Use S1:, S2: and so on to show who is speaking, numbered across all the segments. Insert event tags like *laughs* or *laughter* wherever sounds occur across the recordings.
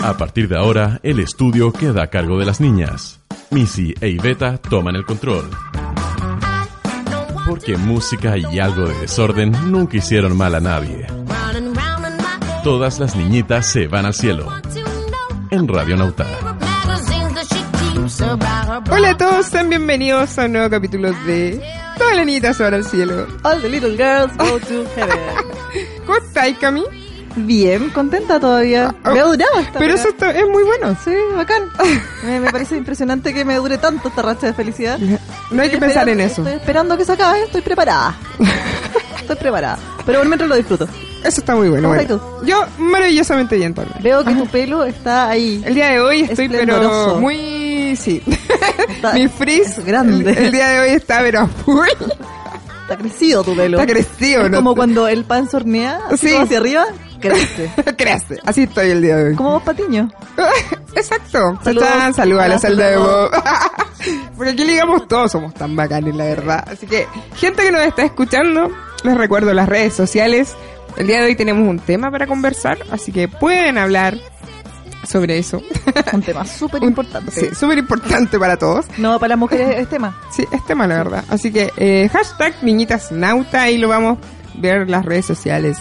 S1: A partir de ahora, el estudio queda a cargo de las niñas. Missy e Iveta toman el control. Porque música y algo de desorden nunca hicieron mal a nadie. Todas las niñitas se van al cielo. En Radio Nauta.
S2: Hola a todos, sean bienvenidos a un nuevo capítulo de Todas las niñitas se van al cielo.
S3: All the little girls go to heaven.
S2: ¿Cómo estáis, Cami?
S3: *laughs* Bien, contenta todavía.
S2: Ah,
S3: Me ha durado ¿eh? esta
S2: Pero
S3: weá.
S2: eso está- es muy bueno.
S3: Sí, bacán. Me, me parece impresionante que me dure tanto esta racha de felicidad.
S2: No hay que
S3: Estoy
S2: pensar
S3: esperando-
S2: en eso.
S3: Estoy esperando que se acabe, estoy preparada.
S2: *laughs*
S3: Estoy preparada. Pero por mientras lo disfruto.
S2: Eso está muy bueno.
S3: ¿Cómo
S2: bueno.
S3: estás
S2: Yo maravillosamente bien también.
S3: Veo que tu pelo está ahí.
S2: Ah. El día de hoy estoy pero
S3: Esplendoroso.
S2: muy... Sí.
S3: Está,
S2: Mi frizz
S3: es grande.
S2: El, el día de hoy está pero a full.
S3: está crecido tu pelo.
S2: Está crecido,
S3: Es
S2: ¿no?
S3: como cuando el pan se hornea así
S2: Sí.
S3: como hacia arriba, crece.
S2: *laughs* Crece. Así estoy el día de hoy.
S3: Como vos,
S2: *laughs*
S3: Patiño.
S2: Exacto.
S3: Saludos.
S2: Saludos. Saludos a la
S3: Hola,
S2: celda de Bob.
S3: saludos.
S2: *laughs* Porque aquí ligamos todos, somos tan bacanes, la verdad. Así que, gente que nos está escuchando, les recuerdo las redes sociales. El día de hoy tenemos un tema para conversar, así que pueden hablar sobre eso.
S3: Un tema
S2: *laughs*
S3: súper
S2: Un-
S3: importante.
S2: Sí, súper importante para todos.
S3: No, para las mujeres es tema.
S2: Sí, es tema, la verdad. Así que, eh, hashtag niñitas nauta, ahí lo vamos a ver las redes sociales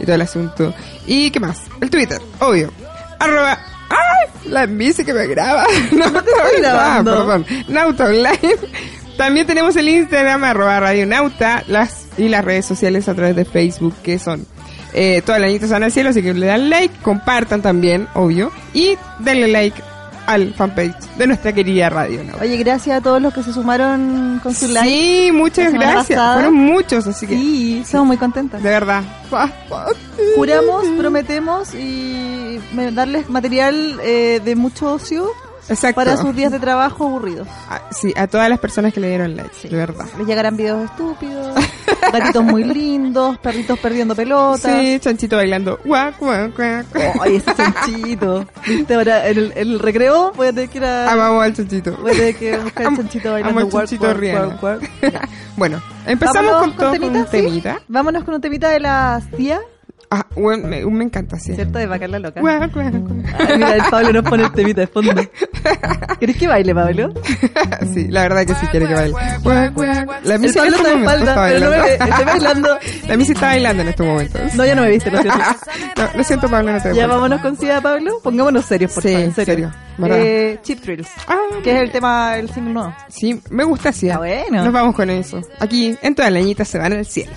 S2: y todo el asunto. ¿Y qué más? El Twitter, obvio. Arroba. ¡Ay! La bici que me graba. *laughs* Nauta Online.
S3: grabando.
S2: Ah, perdón. Nauta Online. También tenemos el Instagram, arroba Radio Nauta, las, y las redes sociales a través de Facebook, que son eh, todas las niñitas van al cielo, así que le dan like, compartan también, obvio, y denle like al fanpage de nuestra querida Radio Nauta.
S3: Oye, gracias a todos los que se sumaron con su like.
S2: Sí, muchas
S3: la semana
S2: gracias.
S3: pasada.
S2: Fueron muchos, así que.
S3: Sí, estamos muy contentas.
S2: De verdad.
S3: Juramos, prometemos y me- darles material eh, de mucho ocio
S2: Exacto.
S3: para sus días de trabajo aburridos.
S2: Ah, sí, a todas las personas que le dieron like, de verdad.
S3: Les llegarán videos
S2: *laughs*
S3: estúpidos, gatitos muy lindos, perritos perdiendo pelotas. Oh,
S2: Sí, chanchito bailando. Guac, guac, guac.
S3: Ay, ese chanchito. Viste, ahora en el, en el recreo voy a tener que ir a...
S2: Amamos al chanchito.
S3: Voy a tener que buscar el
S2: Ah, Am-
S3: chanchito
S2: amo
S3: bailando.
S2: al chanchito riendo. *laughs* Bueno, empezamos
S3: Vámonos
S2: con, todo con un
S3: ¿sí?
S2: temita.
S3: Vámonos con un temita de las tías,
S2: Ah, bueno, me, me encanta, sí.
S3: ¿cierto? De Bacala Loca.
S2: Guac, guac, guac.
S3: Ay, mira, el Pablo nos pone el temita de fondo. ¿Querés que baile, Pablo?
S2: *laughs* sí, la verdad que sí quiere que baile. Guac, guac. La
S3: El
S2: misi en este
S3: Pablo está de
S2: momento
S3: espalda,
S2: está
S3: pero no
S2: bailando.
S3: me ve. Está bailando.
S2: *laughs* La misi está bailando en este estos momentos.
S3: No, ya no me viste, lo siento.
S2: *laughs* No, lo siento, Pablo, no te
S3: Ya
S2: devuelvo.
S3: vámonos con Sida, Pablo. Pongámonos serios, por
S2: Sí,
S3: favor. en
S2: serio.
S3: serio.
S2: Verdad.
S3: Eh, Chip Thrills,
S2: Ah,
S3: que es el tema del single nuevo.
S2: Sí, me gusta así.
S3: Está Ah, bueno.
S2: Nos vamos con eso. Aquí, en todas las niñitas se van al cielo.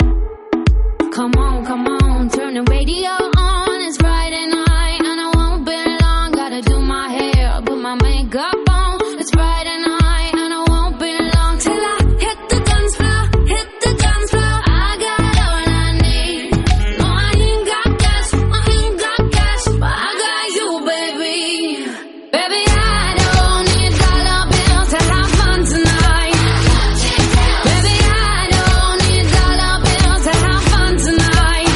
S4: Come on, come on, turn the radio on. It's Friday night, and I won't be long. Gotta do my hair, put my makeup on. It's Friday night, and I won't be long till I hit the dance floor, hit the dance floor. I got all I need. No, I ain't got cash, I ain't got cash, but I got you, baby. Baby, I don't need dollar bills to have fun tonight. Baby, I don't need dollar bills to have fun tonight.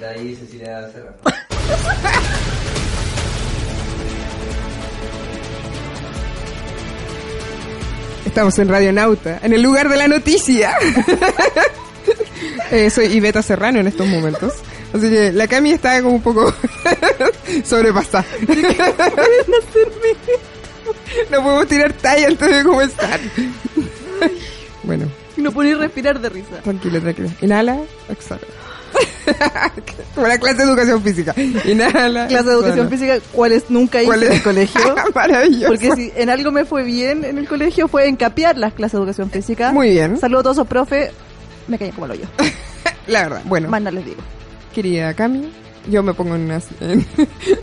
S5: de ahí Cecilia Serrano.
S2: Estamos en Radio Nauta, en el lugar de la noticia. *laughs* Eh, soy Iveta Serrano en estos momentos. Así que la Cami está como un poco *laughs*
S3: *laughs*
S2: sobrepasada. no podemos tirar talla antes de comenzar. bueno,
S3: No podía respirar de risa.
S2: tranquilo, tranquilo. Inhala, exhala. *laughs* como la clase de educación física. Inhala.
S3: Clase de educación física, ¿cuáles nunca hice en
S2: *laughs*
S3: el colegio?
S2: Ah, Maravilloso.
S3: Porque si en algo me fue bien en el colegio fue en capear las clases de educación física.
S2: Muy bien.
S3: Saludos a todos esos profes. Me caí como lo yo.
S2: La verdad, bueno.
S3: Más nada les digo.
S2: Querida Cami, yo me pongo en una... en-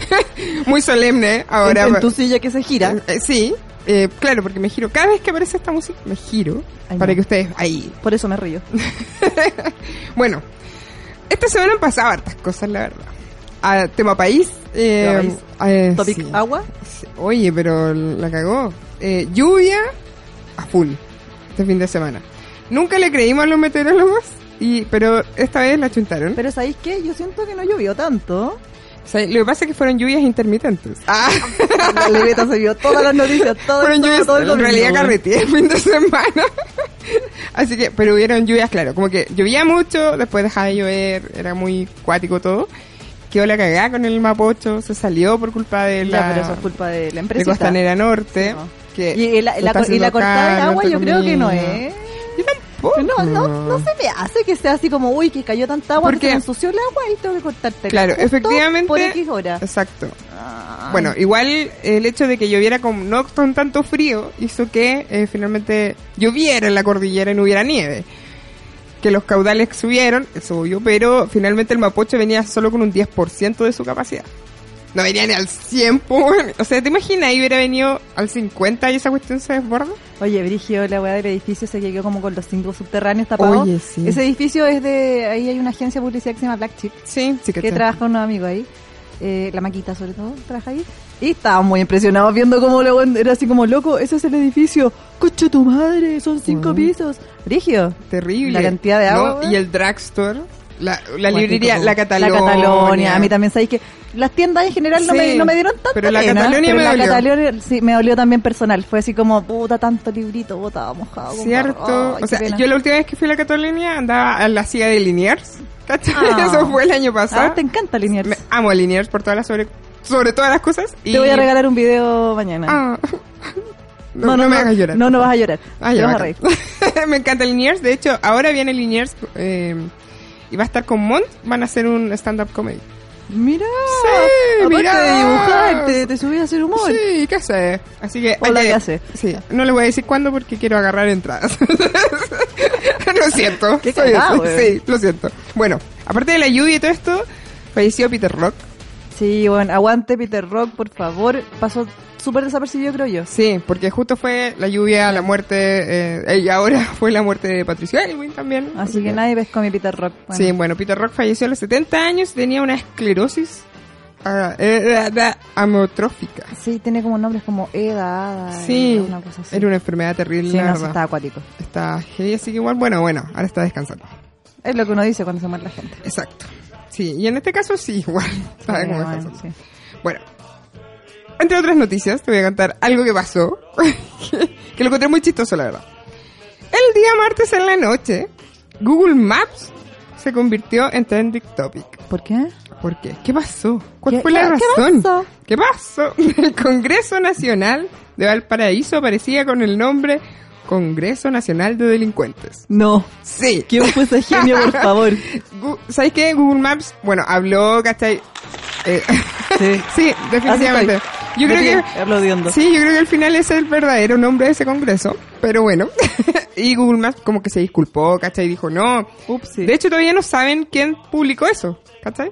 S2: *laughs* muy solemne ahora. pues.
S3: en, en tu silla que se gira.
S2: Eh, sí, eh, claro, porque me giro. Cada vez que aparece esta música, me giro
S3: Ay,
S2: para
S3: no.
S2: que ustedes ahí.
S3: Por eso me río.
S2: Bueno, esta semana han pasado hartas cosas, la verdad. Ah, tema país. Eh,
S3: Tema
S2: eh,
S3: Topic
S2: sí.
S3: agua.
S2: Sí, Oye, pero la cagó. Eh, lluvia a full este fin de semana. Nunca le creímos a los meteorólogos, y, pero esta vez la chuntaron.
S3: Pero ¿sabéis qué? Yo siento que no llovió tanto.
S2: O sea, lo que pasa es que fueron lluvias intermitentes. *laughs* Ah,
S3: La libreta se vio todas las noticias, todo
S2: fueron
S3: el sábado,
S2: lluvias
S3: todo el
S2: en realidad
S3: domingo.
S2: carreteé el fin de semana. *laughs* Así que, pero hubieron lluvias, claro, como que llovía mucho, después dejaba de llover, era muy cuático todo. Quedó la cagada con el Mapocho, se salió por culpa de la
S3: Ya, pero eso es culpa de la
S2: de
S3: empresa.
S2: Costanera Norte.
S3: No.
S2: Que
S3: Y la,
S2: lo
S3: la-
S2: está
S3: y la
S2: haciendo
S3: cortada de
S2: acá,
S3: agua
S2: Norte
S3: yo creo que no
S2: Comino.
S3: es.
S2: Yo tampoco.
S3: No, no, no se me hace que sea así como, uy, que cayó tanta agua,
S2: ¿Por qué?
S3: porque se me ensució el agua y tengo que cortarte.
S2: Claro,
S3: Justo
S2: efectivamente.
S3: Por X hora.
S2: Exacto.
S3: Ah,
S2: Bueno, igual el hecho de que lloviera con, no con tanto frío hizo que eh, finalmente lloviera en la cordillera y no hubiera nieve. Que los caudales subieron, eso obvio, pero finalmente el mapocho venía solo con un 10% de su capacidad. No venía ni al 100%. po, *laughs* weón. O sea, ¿te imaginas? Y hubiera venido al 50% y esa cuestión se desborda.
S3: Oye, Brigio, la weá del edificio se quedó como con los cinco subterráneos tapados.
S2: Oye, sí.
S3: Ese edificio es de. Ahí hay una agencia de publicidad que se llama Black Chip.
S2: Sí, sí
S3: que trabaja unos amigos ahí. Eh, la maquita, sobre todo, trabaja ahí. Y estábamos muy impresionados viendo cómo luego era así como loco. Ese es el edificio. Coche tu madre, son cinco
S2: Mm.
S3: pisos. Brigio.
S2: Terrible.
S3: La cantidad de agua,
S2: No,
S3: weón.
S2: Y el drugstore, la, la
S3: Guatito,
S2: librería,
S3: como-
S2: la Catalonia.
S3: La Catalonia. A mí también sabéis que las tiendas en general no,
S2: Sí,
S3: me, no me dieron tanto.
S2: pero la
S3: pena,
S2: Catalonia
S3: pero
S2: me
S3: la
S2: dolió.
S3: Catalonia sí, me dolió también personal. Fue así como, puta, tanto librito, botado, mojado. como,
S2: Oh, Cierto.
S3: ay,
S2: o
S3: qué
S2: sea,
S3: pena.
S2: yo la última vez que fui a la Catalonia andaba a la silla de Liniers. ¿Cachai?
S3: Ah.
S2: *laughs* Eso fue el año
S3: Ah,
S2: pasado.
S3: te encanta Liniers.
S2: Me- amo a Liniers por todas las sobre, sobre todas las cosas. Y...
S3: Te voy a regalar un video mañana.
S2: Ah. *laughs* No, no, me hagas llorar.
S3: No, no vas a llorar.
S2: Ah,
S3: Te
S2: ya,
S3: vas a reír.
S2: bacán. *laughs* Me encanta Liniers. De hecho, ahora viene Liniers eh, y va a estar con Mont. Van a hacer un stand-up comedy.
S3: Mira,
S2: Sí,
S3: aparte
S2: mirá.
S3: de dibujar, te, te subí a hacer humor.
S2: Sí, ¿qué hace? Así que.
S3: Hola,
S2: hay que-
S3: ¿qué hace?
S2: Sí, no le voy a decir cuándo porque quiero agarrar entradas. *laughs* lo siento.
S3: Qué
S2: soy
S3: cagado,
S2: así.
S3: weón.
S2: Sí, lo siento. Bueno, aparte de la lluvia y todo esto, falleció Peter Rock.
S3: Sí, bueno, aguante Peter Rock, por favor. Pasó súper desapercibido, creo yo.
S2: Sí, porque justo fue la lluvia, la muerte, eh, y ahora *laughs* fue la muerte de Patricio Elwin también.
S3: Así que nadie pescó a mi Peter Rock. Bueno,
S2: Sí, bueno, Peter Rock falleció a los 70 años, tenía una esclerosis ah, eh, da- da- amotrófica.
S3: Sí, tiene como nombres como Eda, Ada.
S2: Sí,
S3: Eda, una cosa así.
S2: era una enfermedad terrible,
S3: Sí,
S2: la
S3: no, sí,
S2: verdad.
S3: está acuático.
S2: Está heavy, así que igual, bueno, bueno, ahora está descansando.
S3: Es lo que uno dice cuando se muere la gente.
S2: Exacto. Sí, y en este caso sí, *laughs* igual. Estaba como
S3: Bueno,
S2: descansando.
S3: sí.
S2: Bueno, entre otras noticias, te voy a contar algo que pasó, *laughs* que lo encontré muy chistoso, la verdad. El día martes en la noche, Google Maps se convirtió en trending topic.
S3: ¿Por qué?
S2: ¿Por qué? ¿Qué pasó? ¿Cuál
S3: ¿Qué-
S2: fue la
S3: qué- qué
S2: razón?
S3: pasó?
S2: ¿Qué pasó? *laughs* El Congreso Nacional de Valparaíso aparecía con el nombre Congreso Nacional de Delincuentes.
S3: No.
S2: Sí.
S3: ¿Quién fue ese genio, *laughs* por favor?
S2: Gu- ¿Sabes qué? Google Maps, bueno, habló, ¿cachai? Eh, *laughs*
S3: Sí.
S2: sí, definitivamente.
S3: Así
S2: Yo creo que...
S3: eh, Aplaudiendo.
S2: Sí, yo creo que al final ese es el verdadero nombre de ese congreso, pero bueno. *laughs* y Google Maps como que se disculpó, ¿cachai? Dijo, no.
S3: Upsi.
S2: De hecho, todavía no saben quién publicó eso, ¿cachai?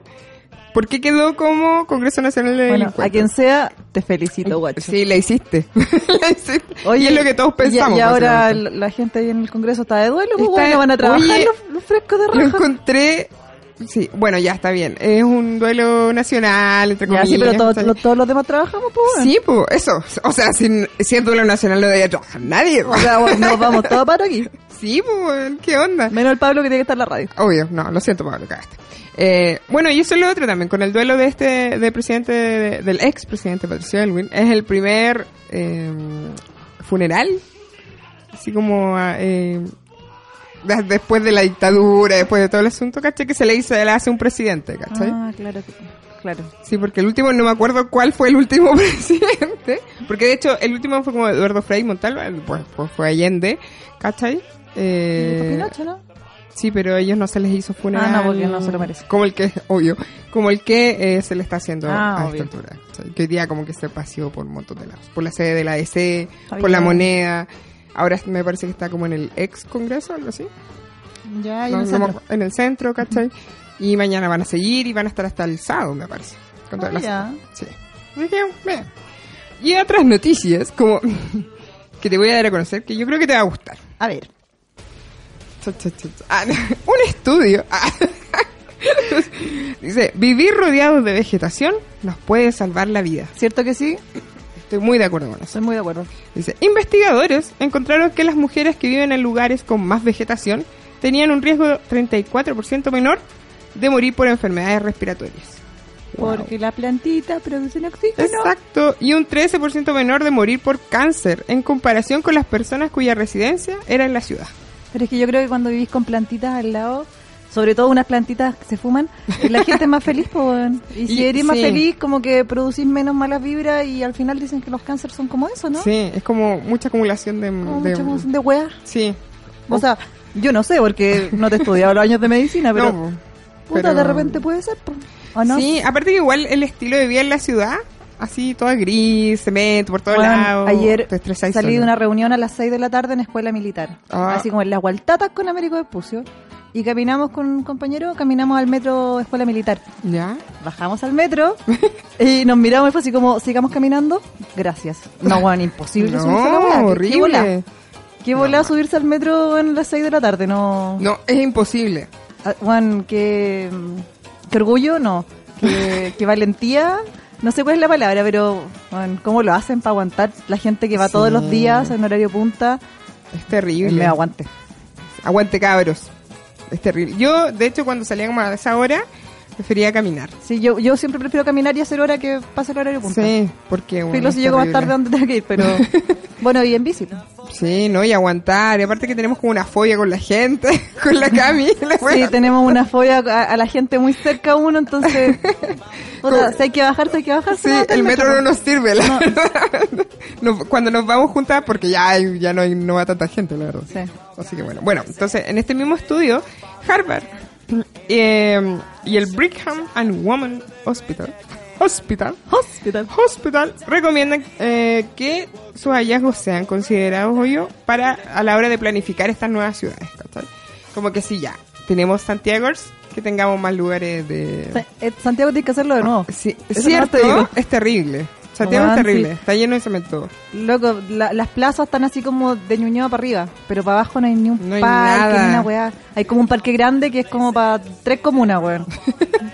S2: ¿Por qué quedó como Congreso Nacional de
S3: bueno, a quien
S2: Delincuentes?
S3: sea, te felicito, guacho.
S2: Sí, la hiciste. *laughs* la hiciste. y es lo que todos
S3: y-
S2: pensamos.
S3: Y, ahora
S2: básicamente.
S3: la gente ahí en el Congreso está de duelo, pues
S2: Está-
S3: bueno, van a trabajar
S2: oye,
S3: los, los frescos de
S2: Lo
S3: raja.
S2: encontré Sí, bueno, ya está bien. Es un duelo nacional, entre
S3: Ya,
S2: comillas.
S3: sí, pero todos,
S2: está
S3: lo-
S2: bien.
S3: todos los demás trabajamos, pues. bueno.
S2: Sí, pues, eso. O sea, si, si es duelo nacional no debería trabajar nadie.
S3: O sea, bueno, nos vamos todos
S2: *laughs*
S3: para aquí.
S2: Sí, pues, ¿qué onda?
S3: Menos el Pablo que tiene que estar en la radio.
S2: Obvio, no, lo siento, Pablo, cagaste. Eh, bueno, y eso es lo otro también, con el duelo de este, del presidente, del ex presidente Patricio Elwin, es el primer eh, funeral, así como ah, eh, de- después de la dictadura, después de todo el asunto, ¿cachai? Que se le, hizo, se le hace un presidente, ¿cachai?
S3: Ah, claro que Claro.
S2: Sí, porque el último, no me acuerdo cuál fue el último *laughs* presidente. Porque de hecho, el último fue como Eduardo Frei Montalva, pues, pues fue Allende, ¿cachai?
S3: ¿Y
S2: Eh,
S3: Pinocho, no?
S2: sí, pero a ellos no se les hizo funeral.
S3: Ah, no, porque no se lo merecen.
S2: Como el que, *laughs* obvio, como el que eh, se le está haciendo
S3: Ah,
S2: a
S3: obvio.
S2: esta altura. O sea, que hoy día como que se paseó por un montón de lados. Por la sede de la EC,
S3: Está
S2: por la
S3: bien.
S2: moneda. Ahora me parece que está como en el ex congreso, algo así. No,
S3: Ya, yo no,
S2: no
S3: sé.
S2: me acuerdo. en el centro, ¿cachai? Y mañana van a seguir y van a estar hasta el sábado, me parece. Con todas
S3: Ah,
S2: las-
S3: ya.
S2: Sí. Así que, bien. Y otras noticias, como *laughs* que te voy a dar a conocer, que yo creo que te va a gustar.
S3: A ver.
S2: Cha, cha, cha, cha. Ah, *laughs* un estudio. Ah. *laughs* Dice, vivir rodeados de vegetación nos puede salvar la vida.
S3: ¿Cierto que sí?
S2: Estoy muy de acuerdo con eso.
S3: Estoy muy de acuerdo.
S2: Dice, investigadores encontraron que las mujeres que viven en lugares con más vegetación tenían un riesgo 34% menor de morir por enfermedades respiratorias.
S3: Porque la plantita produce oxígeno.
S2: Exacto, y un 13% menor de morir por cáncer en comparación con las personas cuya residencia era en la ciudad.
S3: Pero es que yo creo que cuando vivís con plantitas al lado, sobre todo unas plantitas que se fuman, eh, la gente es más feliz, po, weón. Y si
S2: Y-
S3: eres más
S2: sí.
S3: feliz, como que producís menos malas vibras y al final dicen que los cánceres son como eso, ¿no?
S2: Sí, es como mucha acumulación de...
S3: Como
S2: de-
S3: mucha consumo de weas.
S2: Sí.
S3: O sea, yo no sé, porque no te he estudiado los años de medicina, Ah, pero
S2: *laughs* No,
S3: puta,
S2: pero-
S3: de repente puede ser, po. ¿o no?
S2: Sí, aparte que igual el estilo de vida en la ciudad, así toda gris, cemento por todos
S3: Weón,
S2: lados.
S3: ayer
S2: oh, te estresáis
S3: salí de
S2: solo.
S3: una reunión a las 6 de la tarde en escuela militar.
S2: Ah.
S3: Así como en las gualtatas con Américo Vespucio. Y caminamos con un compañero, caminamos al metro escuela militar.
S2: ¿Ya?
S3: Bajamos al metro *laughs* y nos miramos y fue así como, sigamos caminando. Gracias. No, bueno,
S2: *laughs*
S3: imposible
S2: No,
S3: subirse a la bola. Qué- Qué
S2: horrible.
S3: bola, qué bola subirse al metro en las 6 de la tarde. No,
S2: No, es imposible.
S3: Ah, Juan, qué, qué orgullo, no.
S2: *laughs*
S3: Qué, qué valentía. No sé cuál es la palabra, pero Juan, ¿cómo lo hacen para aguantar la gente que va todos
S2: Sí.
S3: los días en horario punta? Eh,
S2: Es
S3: Me
S2: terrible.
S3: aguante.
S2: Aguante cabros. Es terrible. Yo, de hecho, cuando salía como a esa hora, prefería caminar.
S3: Sí, yo, yo siempre prefiero caminar y hacer hora que pasar el horario punta.
S2: Sí, porque bueno,
S3: Filo
S2: es
S3: si llego más tarde
S2: terrible.
S3: donde tengo que ir,
S2: *laughs*
S3: pero bueno, y en bici. ¿no?
S2: Sí, no, y aguantar. Y aparte que tenemos como una fobia con la gente, *laughs* con la cami. *laughs* la
S3: Sí,
S2: wea.
S3: tenemos una fobia a, a la gente muy cerca a
S2: *laughs*
S3: uno, entonces puta,
S2: Como-
S3: si hay que bajarse, hay que bajarse.
S2: Sí,
S3: no,
S2: el metro no
S3: no.
S2: nos sirve, la verdad. *laughs* No, cuando nos vamos juntas, porque ya, hay- ya no, hay- no va tanta gente, la verdad.
S3: Sí.
S2: Así que bueno. Bueno, entonces, en este mismo estudio, Harvard eh, y el Brigham and Women Hospital, Hospital
S3: Hospital.
S2: Hospital recomiendan eh, que sus hallazgos sean considerados hoy para a la hora de planificar estas nuevas ciudades. ¿cachai? Como que si ya tenemos Santiago, que tengamos más lugares de,
S3: Sa- eh, Santiago tiene que hacerlo de nuevo.
S2: Sí,
S3: Eso
S2: es cierto,
S3: nomás te digo.
S2: es terrible. Santiago
S3: Weón,
S2: es terrible,
S3: sí.
S2: está lleno de cemento.
S3: Loco, la- las plazas están así como de Ñuñoa para arriba, pero para abajo no hay ni un
S2: No hay
S3: parque,
S2: nada.
S3: ni una weá. Hay como un parque grande que es como para tres comunas,
S2: *laughs*
S3: weón.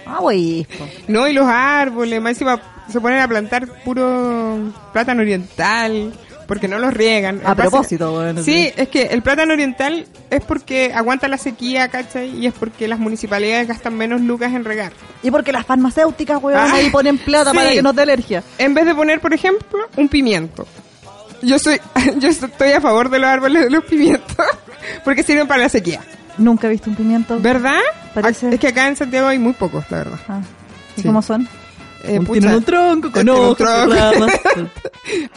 S3: ah, wey. po.
S2: No, y los árboles, más encima se ponen a plantar puro plátano oriental, porque no los riegan.
S3: A
S2: Es básica-
S3: propósito, weón.
S2: Sí, es que el plátano oriental es porque aguanta la sequía, ¿cachai? Y es porque las municipalidades gastan menos lucas en regar.
S3: Y porque las farmacéuticas, weón,
S2: Ah,
S3: ahí ponen
S2: *laughs*
S3: plata
S2: sí.
S3: para que no te alergia.
S2: En vez de poner, por ejemplo, un pimiento. Yo soy, *laughs* yo estoy a favor de los árboles de los pimientos, *laughs* porque sirven para la sequía.
S3: Nunca he visto un pimiento.
S2: ¿Verdad?
S3: Parece-
S2: Es que acá en Santiago hay muy pocos, la verdad.
S3: Ah, ¿Y
S2: Sí.
S3: cómo son?
S2: Eh,
S3: Un-
S2: pucha.
S3: tienen un tronco con
S2: Tiene un
S3: ojos, con
S2: tronco. *laughs*
S3: ramas.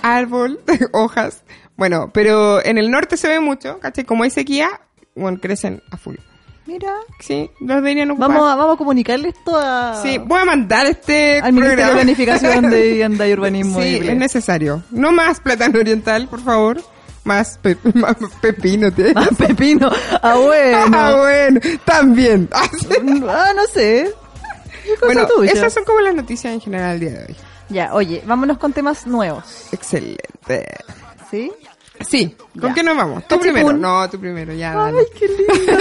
S2: árbol, *laughs* hojas. Bueno, pero en el norte se ve mucho, ¿cachai? Como hay sequía, bueno, crecen a full.
S3: Mira,
S2: Sí, los deberían ocupar.
S3: vamos a, vamos a comunicarle esto a,
S2: Sí, voy a mandar este
S3: al Ministerio de
S2: programa.
S3: Planificación de Vivienda y
S2: *laughs*
S3: Urbanismo.
S2: Sí,
S3: y
S2: es necesario. No más plátano oriental, por favor. Más, pe- *laughs* más pepino. ¿te-
S3: *laughs* Ah, Pepino. Ah,
S2: *laughs* Ah,
S3: bueno.
S2: bueno, también. *laughs* Ah, sí.
S3: Ah, no sé. Cosa
S2: bueno,
S3: tuya.
S2: esas son como las noticias en general del día de hoy.
S3: Ya, oye, vámonos con temas nuevos,
S2: Excelente.
S3: ¿sí?
S2: Sí, ¿con
S3: Ya.
S2: qué nos vamos? Tú
S3: Cachipún.
S2: primero. No, tú primero, ya. Dale.
S3: qué lindo.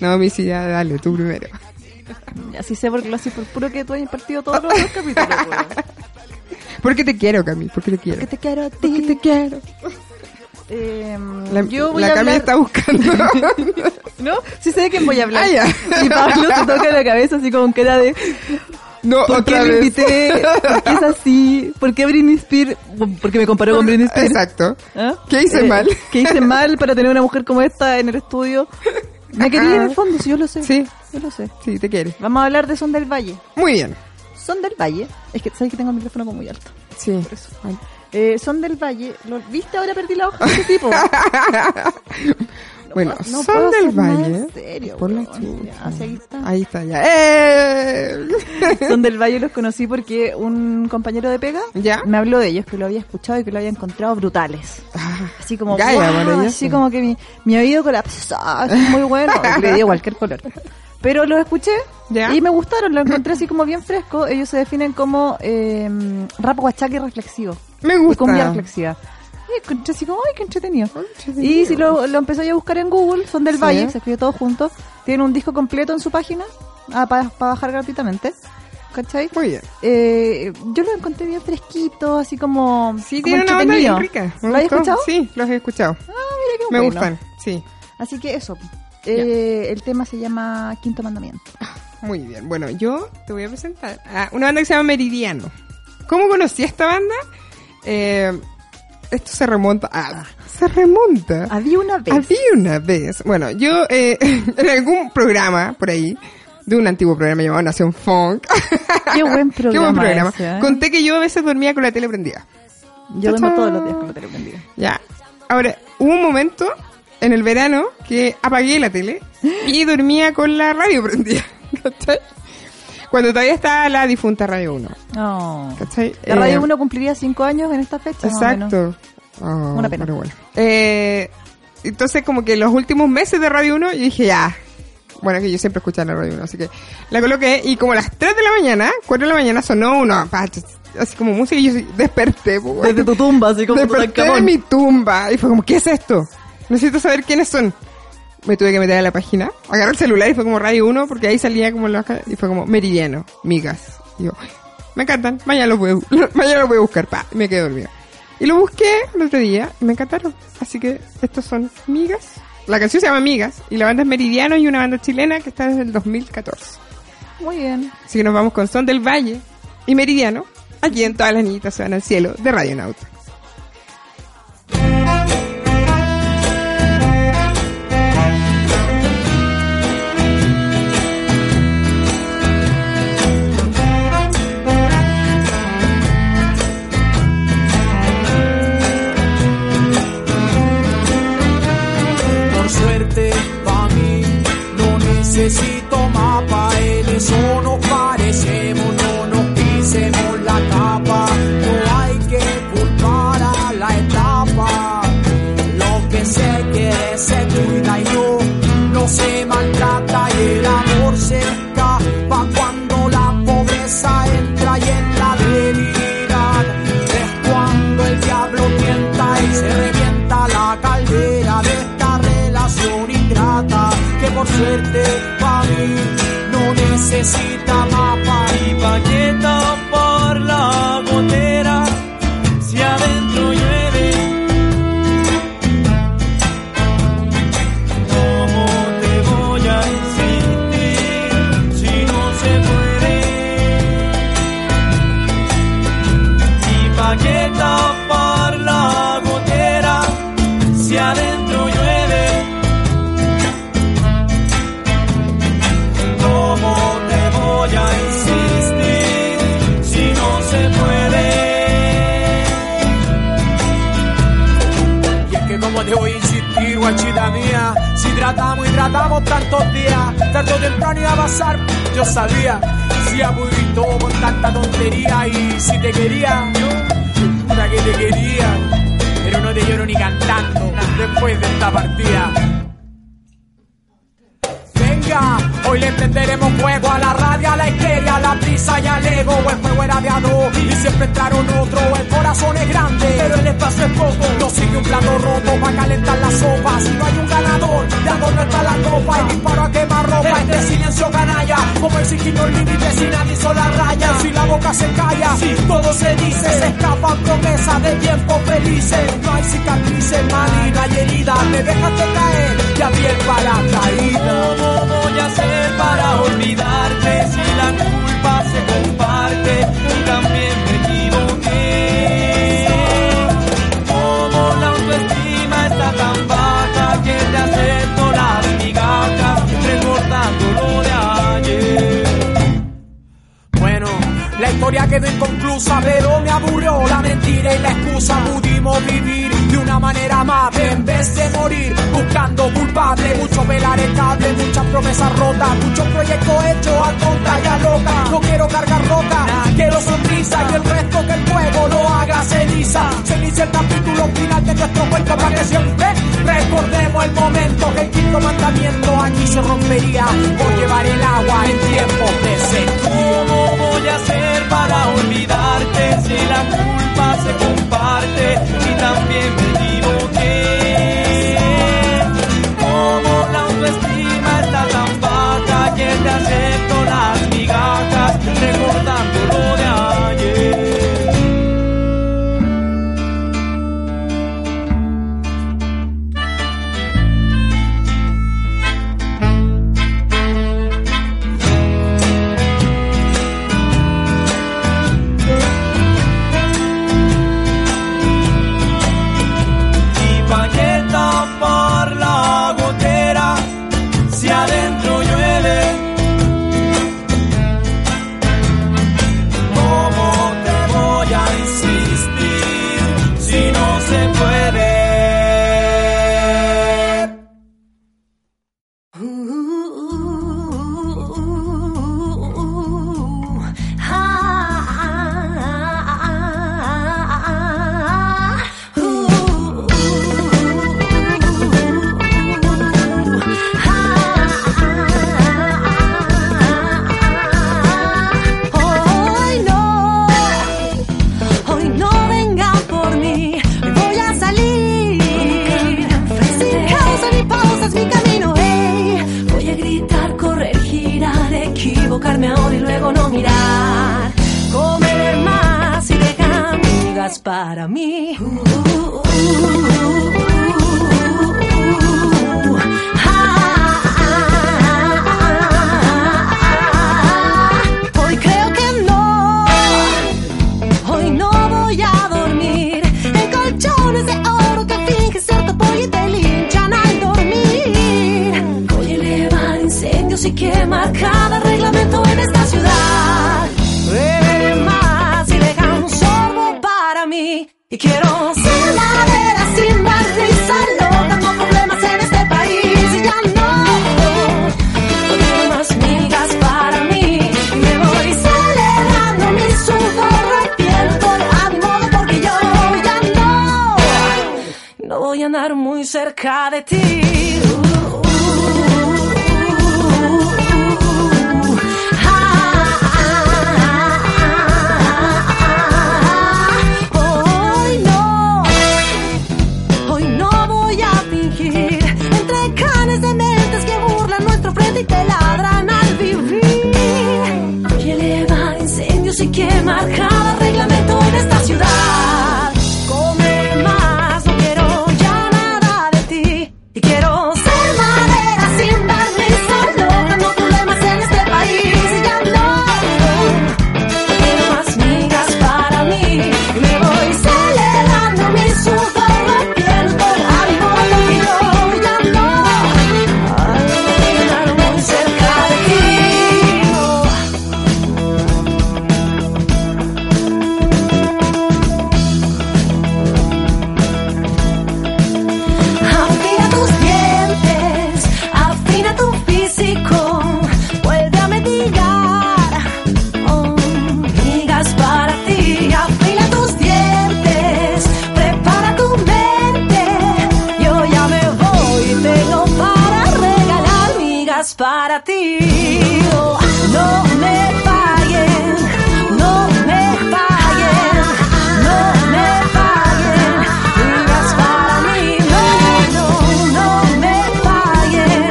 S2: No, Missy, ya dale, tú primero.
S3: Así sé porque lo haces por puro que tú has impartido todos los otros capítulos,
S2: *laughs*
S3: weón.
S2: Porque te quiero, Cami, porque te quiero.
S3: Porque te quiero a ti.
S2: Porque te quiero.
S3: Eh,
S2: La,
S3: yo voy
S2: la
S3: a
S2: Cami
S3: hablar...
S2: está
S3: *laughs*
S2: buscando.
S3: ¿No? Sí sé de quién voy a hablar.
S2: Ah, ya.
S3: Y Pablo se toca la cabeza así con
S2: *laughs*
S3: cara de...
S2: no,
S3: ¿Por qué
S2: otra
S3: lo
S2: vez.
S3: invité?
S2: *laughs*
S3: ¿Por qué es así? ¿Por qué Britney Spears? Porque me comparó con
S2: *laughs*
S3: Britney Spears.
S2: Exacto.
S3: ¿Ah?
S2: ¿Qué hice mal?
S3: ¿Qué hice mal para tener una mujer como esta en el estudio? Me quería en el fondo, si yo lo sé.
S2: Ah. Sí.
S3: Yo lo sé.
S2: Sí, te quiere.
S3: Vamos a hablar de Son del Valle.
S2: Muy bien.
S3: Son del Valle. Es que sabes que tengo el micrófono como muy alto.
S2: Sí.
S3: Eh, Son del Valle. ¿Lo viste? Ahora perdí la hoja de ese tipo.
S2: *laughs* Bueno,
S3: No puedo
S2: son del
S3: hacer nada
S2: valle.
S3: en serio,
S2: Por la
S3: weón.
S2: chucha.
S3: Ya, así ahí está.
S2: Ahí está ya. ¡Eh! *laughs*
S3: Son del Valle los conocí porque un compañero de pega
S2: ¿Ya?
S3: me habló de ellos, que lo había escuchado y que lo había encontrado brutales.
S2: Ah,
S3: Así como,
S2: Gaya,
S3: "Guau",
S2: maravilloso.
S3: así como que mi, mi oído colapsó, así
S2: *laughs*
S3: muy bueno, le dio cualquier color. Pero los escuché
S2: Ya.
S3: y me gustaron, los encontré así como bien fresco. Ellos se definen como eh, rap guachaque reflexivo.
S2: Me
S3: Y cumbia
S2: gusta.
S3: reflexiva. Y encontré así como, ay, qué entretenido.
S2: Ay, qué
S3: Y si
S2: entretenido.
S3: lo, lo empecé a buscar en Google, son del
S2: Sí.
S3: Valle, se escribe todo junto. Tienen un disco completo en su página para bajar gratuitamente. ¿Cachai?
S2: Muy bien.
S3: Eh, yo lo encontré bien fresquito, así como.
S2: Sí,
S3: como
S2: tiene una banda
S3: entretenido.
S2: bien rica. Me
S3: ¿Lo has
S2: gustó.
S3: escuchado?
S2: Sí, los he escuchado.
S3: Ah, mira qué
S2: Me
S3: bueno.
S2: gustan. Sí.
S3: Así que eso. Eh, el tema se llama Quinto Mandamiento.
S2: Muy bien. Bueno, yo te voy a presentar a una banda que se llama Meridiano. ¿Cómo conocí a esta banda? Eh, esto se remonta a... Se remonta.
S3: Había una vez.
S2: Había una vez. Bueno, yo eh, *laughs* en algún programa por ahí, de un antiguo programa llamado Nación Funk. *laughs*
S3: Qué buen
S2: Qué
S3: programa.
S2: buen programa.
S3: ese, ¿eh?
S2: Conté que yo a veces dormía con la tele prendida.
S3: Yo duermo
S2: Cha-cha.
S3: todos los días con la tele prendida.
S2: Ya. Ahora, hubo un momento en el verano que apagué la tele y dormía con la radio *laughs* prendida. ¿Cachai? Cuando todavía estaba la difunta Radio 1.
S3: No.
S2: ¿Cachai?
S3: La Radio
S2: Eh,
S3: 1 cumpliría 5 años en esta fecha. más o menos.
S2: Exacto. Oh,
S3: Una pena.
S2: pero bueno. Eh, entonces, como que los últimos meses de Radio 1, yo dije, ya. Bueno, que yo siempre escuchaba la Radio 1, así que la coloqué y como a las 3 de la mañana, 4 de la mañana sonó uno, así como música y yo así, desperté. po, weón.
S3: Desde tu tumba, así como
S2: desperté de
S3: Tutankamón.
S2: mi tumba y fue como, ¿qué es esto? Necesito saber quiénes son. Me tuve que meter a la página, agarré el celular y fue como Radio 1 porque ahí salía como los... Y fue como Meridiano, migas. Y yo, me encantan, mañana los voy a, bu- *laughs* mañana los voy a buscar, pa, y me quedé dormida. Y lo busqué el otro día y me encantaron. Así que estos son migas. La canción se llama Migas y la banda es Meridiano y una banda chilena que está desde el 2014.
S3: Muy bien.
S2: Así que nos vamos con Son del Valle y Meridiano, aquí en todas las niñitas se van al cielo de Radio Nauta. *laughs*
S6: Por suerte pa' mí no necesito mapa, en eso no parecemos, no nos pisemos la capa, no hay que culpar a la etapa. Lo que se quiere se cuida y no, no se maltrata y el amor se escapa cuando la pobreza entra y en la debilidad es cuando el diablo tienta y se revienta la caldera de esta relación ingrata que por suerte para mí no necesita mapa y pa' qué tapar la gotera si adentro llueve ¿Cómo te voy a insistir si no se puede? ¿Y pa' qué tapar la gotera si adentro llueve? ¿Cómo te voy a insistir si no se puede? Y es que como te voy a insistir, guachita mía, si tratamos y tratamos tantos días, tanto temprano iba a pasar, yo sabía, si aburrí todo con tanta tontería y si te quería, yo, puta que te quería, pero no te lloro ni cantando después de esta partida. Venga, hoy le entenderemos fuego a la radio, a la histeria, a la prisa y al ego. El juego era de a dos y siempre entraron otro. El corazón es grande, pero el espacio es poco. No sirve un plato roto para calentar la sopa. Si no hay un ganador, de adorno está la copa. El disparo a quemar ropa, este silencio canalla
S7: Como exigiendo límites y nadie hizo la raya. Si la boca se calla, si todo se dice, se escapan promesas de tiempos felices. No hay cicatrices, mal y no hay herida. Me dejaste caer y abrí el paracaídas.
S6: ¿Cómo voy a hacer para olvidarte si la culpa se comparte y también me equivoqué? Como la autoestima está tan baja que te acepto las migajas recordando lo de ayer.
S7: Bueno, la historia quedó inconclusa, pero me aburrió la mentira y la excusa. Pudimos vivir de una manera amable en vez de morir buscando culpable. Mucho velar el cable, muchas promesas rotas, muchos proyectos hechos a tonta y a loca. No quiero cargar rota, quiero sonrisa y el resto que el fuego lo haga ceniza. Ceniza el capítulo final de nuestro cuento para que siempre recordemos el momento que el quinto mandamiento aquí se rompería por llevar el agua en tiempos de sequía.
S6: ¿Cómo voy a hacer para olvidarte si la culpa se comparte y también me equivoqué? Como la autoestima está tan baja que te acepto las migajas recordando lo de ayer. ¿Y pa' qué tapar la gotera si adentro llueve? ¿Cómo te voy a insistir si no se puede?
S3: Hoy no, hoy no venga por mí, hoy voy a salir. Sin causa ni pausa es mi camino, ey. Voy a gritar, correr, girar, equivocarme ahora y luego no mirar. Comer más y dejar migas para mí. Hoy creo que no, hoy no voy a dormir en colchones de oro que finge ser topo y te linchan al dormir. Voy a elevar incendios y quemar cada reglamento en esta ciudad. Beber más y dejar un sorbo para mí. Y quiero ser madera sin barniz, loca con problemas en este país. Y ya no, no quiero más migas para mí. Me voy celebrando mi sudor, arrepiento a mi modo porque yo ya no, no voy a andar muy cerca de ti. Hoy no, hoy no voy a fingir entre canes de mentes que burlan nuestro frente y te ladran al vivir. Voy a elevar incendios y quemar cada reglamento en esta ciudad. Comer más, no quiero ya nada de ti y quiero ser madera sin darle solo no problemas en este país y ya no. No quiero más migas para mí. Me voy celebrando mi sudor, arrepiento a mi modo y yo ya no. Ay, no quiero andar muy cerca de ti. no. Afina tus dientes, afina tu físico, vuelve a meditar. Oh, migas para ti, afina tus dientes, prepara tu mente. Yo ya me voy, tengo para regalar migas para ti. Oh, no me paguen, no me paguen, no me paguen, migas para mí. No, no, no me paguen,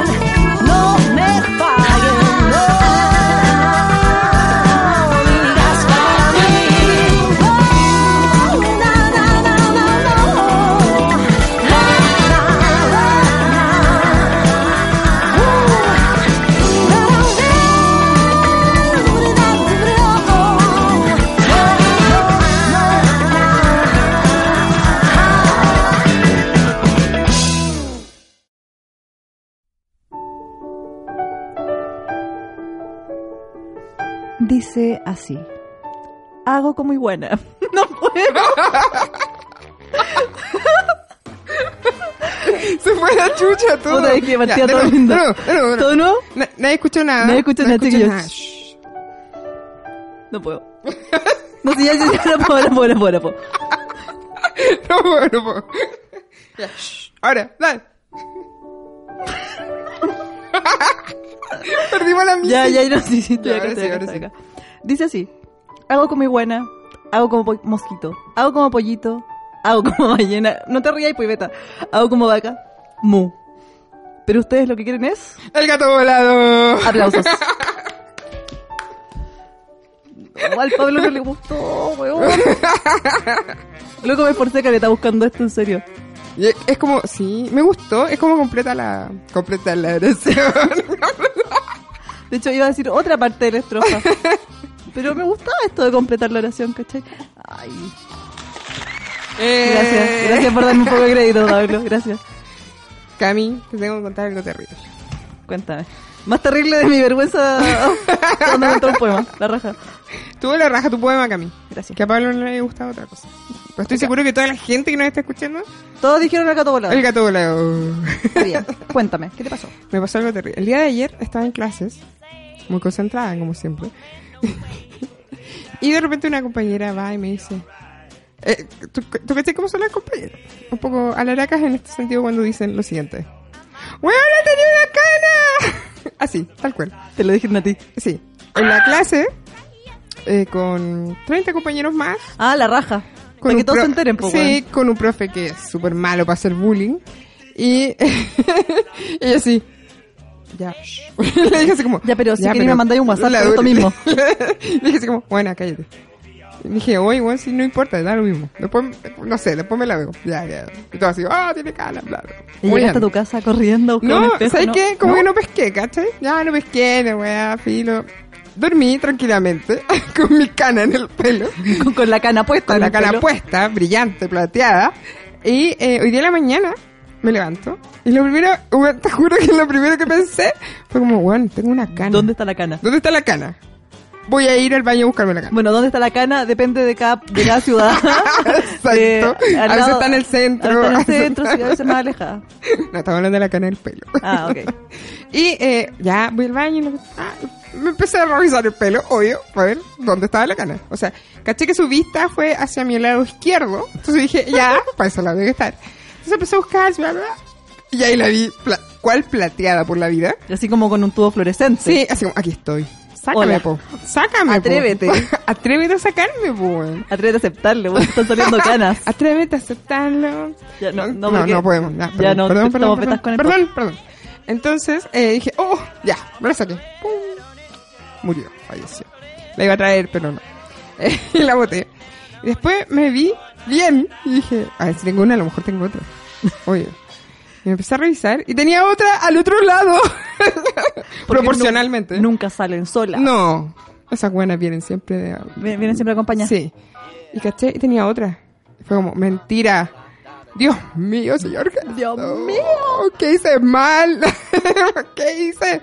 S3: no me paguen, no. dice así. Hago como iguana. *laughs* No puedo.
S2: Se fue la chucha todo.
S3: Puta, es que partía
S2: Ya, de
S3: todo
S2: nuevo,
S3: lindo.
S2: de nuevo, de nuevo, de nuevo.
S3: ¿Todo no?
S2: Na- nadie escuchó nada.
S3: Nadie escuchó
S2: No
S3: nada,
S2: escuché
S3: chiquillos.
S2: Shh. *laughs*
S3: No puedo. No sé, ya, ya, ya, no puedo, no puedo, no puedo, no puedo.
S2: *laughs* No puedo, no puedo. Ya, shh. Ahora, dale. *laughs* Perdimos la mía.
S3: Ya, ya, no, sí, sí, estoy
S2: Ya,
S3: acá,
S2: ahora
S3: estoy
S2: sí,
S3: acá,
S2: ahora
S3: estoy acá. Dice así. Hago como iguana, hago como po- mosquito, hago como pollito, hago como ballena. No te rías, puiveta. Hago como vaca, mu. Pero ustedes lo que quieren es
S2: El gato volado.
S3: aplausos. No, al Pablo no le gustó, weón. Loco me esforcé caleta buscando esto en serio.
S2: Y es- Es como, sí, me gustó. Es como completa la, completa la
S3: *laughs*
S2: oración.
S3: De hecho, iba a decir otra parte de la estrofa. Pero me gustaba esto de completar la oración, ¿cachai? Ay, Eh. gracias. Gracias por darme un poco de crédito, Pablo. Gracias.
S2: Cami, te tengo que contar algo terrible.
S3: Cuéntame. Más terrible de mi vergüenza cuando me entró un poema. La raja.
S2: Tuvo la raja tu poema, Cami.
S3: Gracias.
S2: Que a Pablo no le haya gustado otra cosa. Pero estoy seguro que toda la gente que nos está escuchando,
S3: Todos dijeron el gato volado.
S2: el gato volado.
S3: Está bien. Cuéntame, ¿qué te pasó?
S2: Me pasó algo terrible. El día de ayer estaba en clases, muy concentrada, como siempre. *laughs* y de repente una compañera va y me dice... eh, ¿Tú, tú cachai cómo son las compañeras? Un poco alaracas en este sentido cuando dicen lo siguiente. ¡Huevona, tenía una cana! *laughs* Así, tal cual.
S3: Te lo dijeron a ti.
S2: Sí. En la clase, eh, con 30 compañeros más.
S3: Ah, la raja.
S2: Con
S3: Para que
S2: un
S3: todos
S2: pro-
S3: se enteren, po,
S2: Sí, con un profe que es súper malo para hacer bullying. Y *laughs* ella así. Ya. *laughs* Le dije así como.
S3: Ya, pero si queréis me mandáis un WhatsApp por esto mismo.
S2: *laughs* Le dije así como, bueno, cállate. Y dije, oye, bueno, si no importa, da lo mismo. Después, no sé, después me la veo. Ya, ya. Y todo así, ah, tiene cala, bla, bla.
S3: Y llegaste a
S2: Bueno.
S3: tu casa corriendo a buscar un
S2: No,
S3: espejo,
S2: ¿sabes
S3: ¿no?
S2: qué? Como que no pesqué, ¿cachai? Ya no pesqué, la weá, filo. Dormí tranquilamente *laughs* con mi cana en el pelo,
S3: *laughs* Con, con la cana puesta.
S2: con
S3: en
S2: la
S3: el
S2: cana
S3: pelo.
S2: puesta, brillante, plateada. Y eh, hoy día en la mañana me levanto y lo primero, weón, te juro que lo primero que pensé fue como, weón, tengo una cana.
S3: ¿Dónde está la cana?
S2: ¿Dónde está la cana? Voy a ir al baño a buscarme la cana.
S3: Bueno, ¿dónde está la cana? Depende de cada, de cada *laughs* ciudad.
S2: Exacto.
S3: Eh, al
S2: a veces está en el centro.
S3: A veces
S2: a veces-
S3: está en *laughs* el centro, sí, a veces más alejada.
S2: No, estamos hablando de la cana del pelo.
S3: Ah, ok.
S2: *laughs* Y eh, ya voy al baño y lo- ah, me empecé a revisar el pelo, obvio, para ver dónde estaba la cana. O sea, caché que su vista fue hacia mi lado izquierdo. Entonces dije,
S3: *laughs*
S2: ya, para eso la debe estar. Entonces empecé a buscar, bla, bla, y ahí la vi, pla- cual plateada por la vida.
S3: Y Así como con un tubo fluorescente.
S2: Sí, así como, aquí estoy. Sácame,
S3: Hola.
S2: po. Sácame, po.
S3: Atrévete.
S2: *laughs* Atrévete a sacarme, po. weón.
S3: Atrévete a aceptarle, vos están saliendo *laughs* canas.
S2: Ah, Atrévete a aceptarlo.
S3: Ya, no, no,
S2: no,
S3: porque-
S2: no podemos. Ya, perdón,
S3: ya no,
S2: perdón,
S3: te-
S2: perdón, perdón,
S3: estamos petas con el
S2: perdón, perdón. Entonces eh, dije, oh, ya, me la saqué. Pum. Murió, falleció. La iba a traer, pero no. *laughs* Eh, y la boté. Y después me vi bien y dije, a ver si tengo una, a lo mejor tengo otra. Oye. Y me empecé a revisar y tenía otra al otro lado. *laughs*
S3: Porque
S2: Proporcionalmente.
S3: nu- nunca salen solas.
S2: No, esas buenas vienen siempre de...
S3: Vie- Vienen siempre acompañadas.
S2: Sí. Y caché, y tenía otra. Fue como, mentira. Dios mío, señor. Gerardo.
S3: Dios mío.
S2: ¿Qué hice mal? *laughs* ¿Qué hice?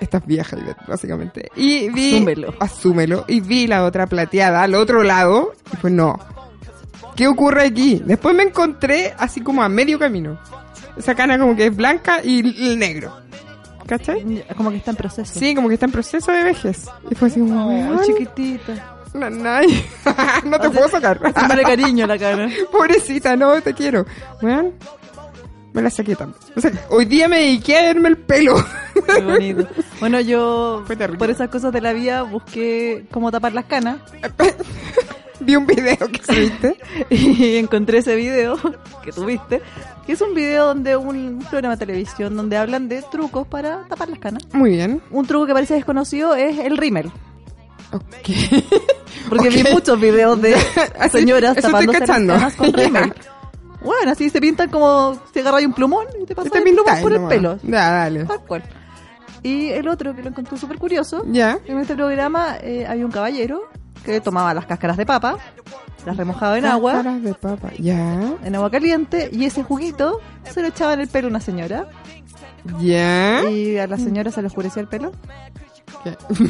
S2: Estás vieja, Ivette, básicamente. Y vi...
S3: Asúmelo.
S2: Asúmelo. Y vi la otra plateada al otro lado. Y pues no. ¿Qué ocurre aquí? Después me encontré así como a medio camino. Esa cana como que es blanca y l- negro. ¿Cachai?
S3: Como que está en proceso.
S2: Sí, como que está en proceso de vejez. Y fue así como,
S3: Oh,
S2: "Weón,
S3: chiquitita.
S2: Nanay. *laughs* no te
S3: Hace-
S2: puedo
S3: *laughs*
S2: sacar.
S3: Haciéndole cariño a la cana.
S2: *laughs* Pobrecita, no te quiero. Weón, me la saqué también. O sea, hoy día me dediqué a verme el pelo. *laughs*
S3: Qué bonito. Bueno, yo
S2: Fue terrible.
S3: por esas cosas de la vida busqué cómo tapar las canas *laughs*
S2: Vi un video que subiste.
S3: y encontré ese video *laughs* que tuviste, que es un video donde un programa de televisión donde hablan de trucos para tapar las canas.
S2: *laughs* Muy bien.
S3: Un truco que parece desconocido es el rímel.
S2: Ok.
S3: Porque
S2: Ok.
S3: vi muchos videos de
S2: *laughs* Así-
S3: señoras
S2: eso estoy
S3: tapándose las
S2: cachando.
S3: canas
S2: *laughs*
S3: con rímel. Bueno, así se pintan como si agarráis un plumón y te
S2: *laughs* Y
S3: pasas
S2: te
S3: el plumón
S2: pintáis
S3: por el
S2: Este nomás.
S3: pelo. Ah.
S2: Ya, dale.
S3: Tal cual. Y el otro que lo encontré súper curioso,
S2: Ya.
S3: en este programa eh, había un caballero que tomaba las cáscaras de papa, las remojaba en agua,
S2: Caras de papa. Ya.
S3: en agua caliente, y ese juguito se lo echaba en el pelo a una señora,
S2: Ya.
S3: ¿Eh? y a la señora se le oscurecía el pelo.
S2: Ya.
S3: *laughs*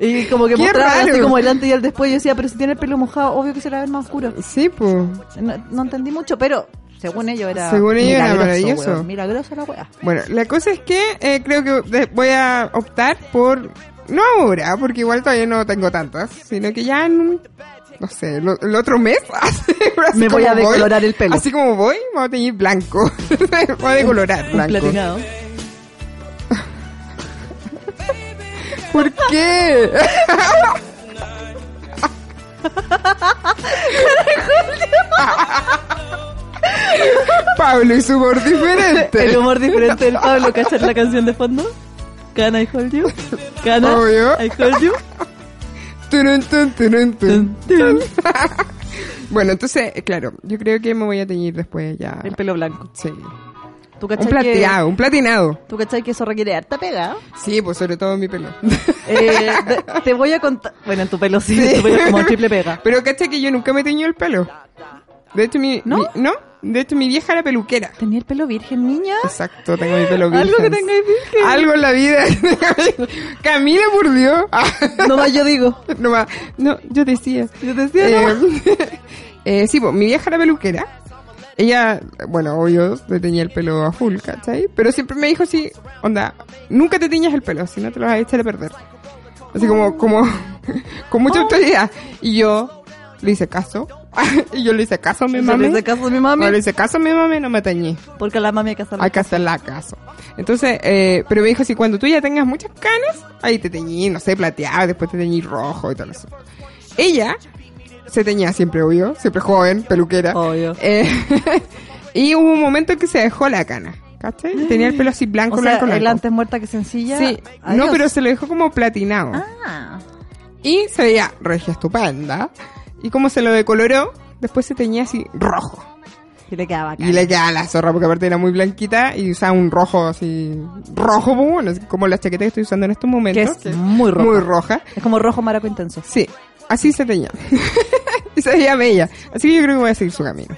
S3: Y como que
S2: Qué
S3: mostraba así
S2: raro.
S3: como el antes y el después. Yo decía, pero si tiene el pelo mojado, obvio que se la ve más oscuro.
S2: Sí, pues.
S3: No, no entendí mucho, pero según ellos era.
S2: Según ellos era
S3: milagroso,
S2: maravilloso.
S3: weón, milagroso la weá.
S2: Bueno, la cosa es que eh, creo que de- voy a optar por. No ahora, porque igual todavía no tengo tantas, sino que ya en. un- No sé, lo- el otro mes. *laughs* así
S3: Me voy
S2: como
S3: a decolorar el pelo.
S2: Así como voy, me voy a teñir blanco. *laughs* me voy a decolorar blanco.
S3: *laughs* Platinado.
S2: ¿Por
S3: *laughs*
S2: qué? Pablo y su humor diferente.
S3: El humor diferente del Pablo, ¿cachar la canción de fondo? Can I hold you? Can I,
S2: Obvio.
S3: I hold you?
S2: Turun, tun, turun, tun.
S3: Tun, tun.
S2: Bueno, entonces, eh, claro, yo creo que me voy a teñir después ya.
S3: El pelo blanco.
S2: Sí.
S3: ¿Tú
S2: Un
S3: cachai
S2: plateado, un platinado.
S3: Que, ¿Tú cachai que eso requiere harta pega?
S2: *laughs* Sí, pues sobre todo en mi pelo.
S3: Eh, de- te voy a contar. Bueno, en tu pelo *laughs* sí, en tu pelo como triple pega.
S2: Pero caché que yo nunca me teñí el pelo. De hecho, mi.
S3: ¿No?
S2: mi- ¿No? De hecho, mi vieja era peluquera.
S3: ¿Tenía el pelo virgen, niña?
S2: Exacto, tengo mi pelo virgen.
S3: *laughs* Algo que tengáis virgen.
S2: Algo en la vida. *laughs* Camila, por Dios. Ah.
S3: No más yo digo.
S2: no, va. no, yo decía.
S3: Yo decía, no más.
S2: Eh, *laughs* eh, sí, pues mi vieja era peluquera. Ella, bueno, obvio, le tenía el pelo azul, ¿cachai? Pero siempre me dijo así, onda, nunca te tiñas el pelo, si no te lo vas a echar a perder. Así como,
S3: Oh.
S2: como, *laughs* con mucha autoridad. Y yo le hice caso. *laughs* y yo le hice caso a *laughs* mi
S3: Yo
S2: mami.
S3: le hice caso a mi mami.
S2: No le hice caso a mi mami, no me teñí.
S3: Porque la mami hay que hacerlo.
S2: Hay que hacerla caso. Entonces, eh, pero me dijo, si cuando tú ya tengas muchas canas, ahí te teñí, no sé, plateado, después te teñí rojo y todo eso. Ella se teñía siempre, obvio, siempre joven, peluquera.
S3: Obvio.
S2: Eh, *laughs* y hubo un momento en que se dejó la cana, ¿cachai? Y Tenía el pelo así blanco,
S3: o sea,
S2: blanco,
S3: el
S2: blanco.
S3: antes muerta que sencilla.
S2: Sí,
S3: Adiós.
S2: no, pero se lo dejó como platinado.
S3: Ah,
S2: Y se veía regia estupenda. Y como se lo decoloró, después se teñía así rojo.
S3: y le quedaba acá.
S2: Y le quedaba la zorra porque aparte era muy blanquita y usaba un rojo así, rojo, pues, bueno, así como la chaqueta que estoy usando en estos
S3: Que
S2: momentos.
S3: es muy rojo.
S2: Muy roja.
S3: Es como rojo maraco intenso.
S2: Sí, así se tenía. *laughs* y se veía bella. Así que yo creo que voy a seguir su camino.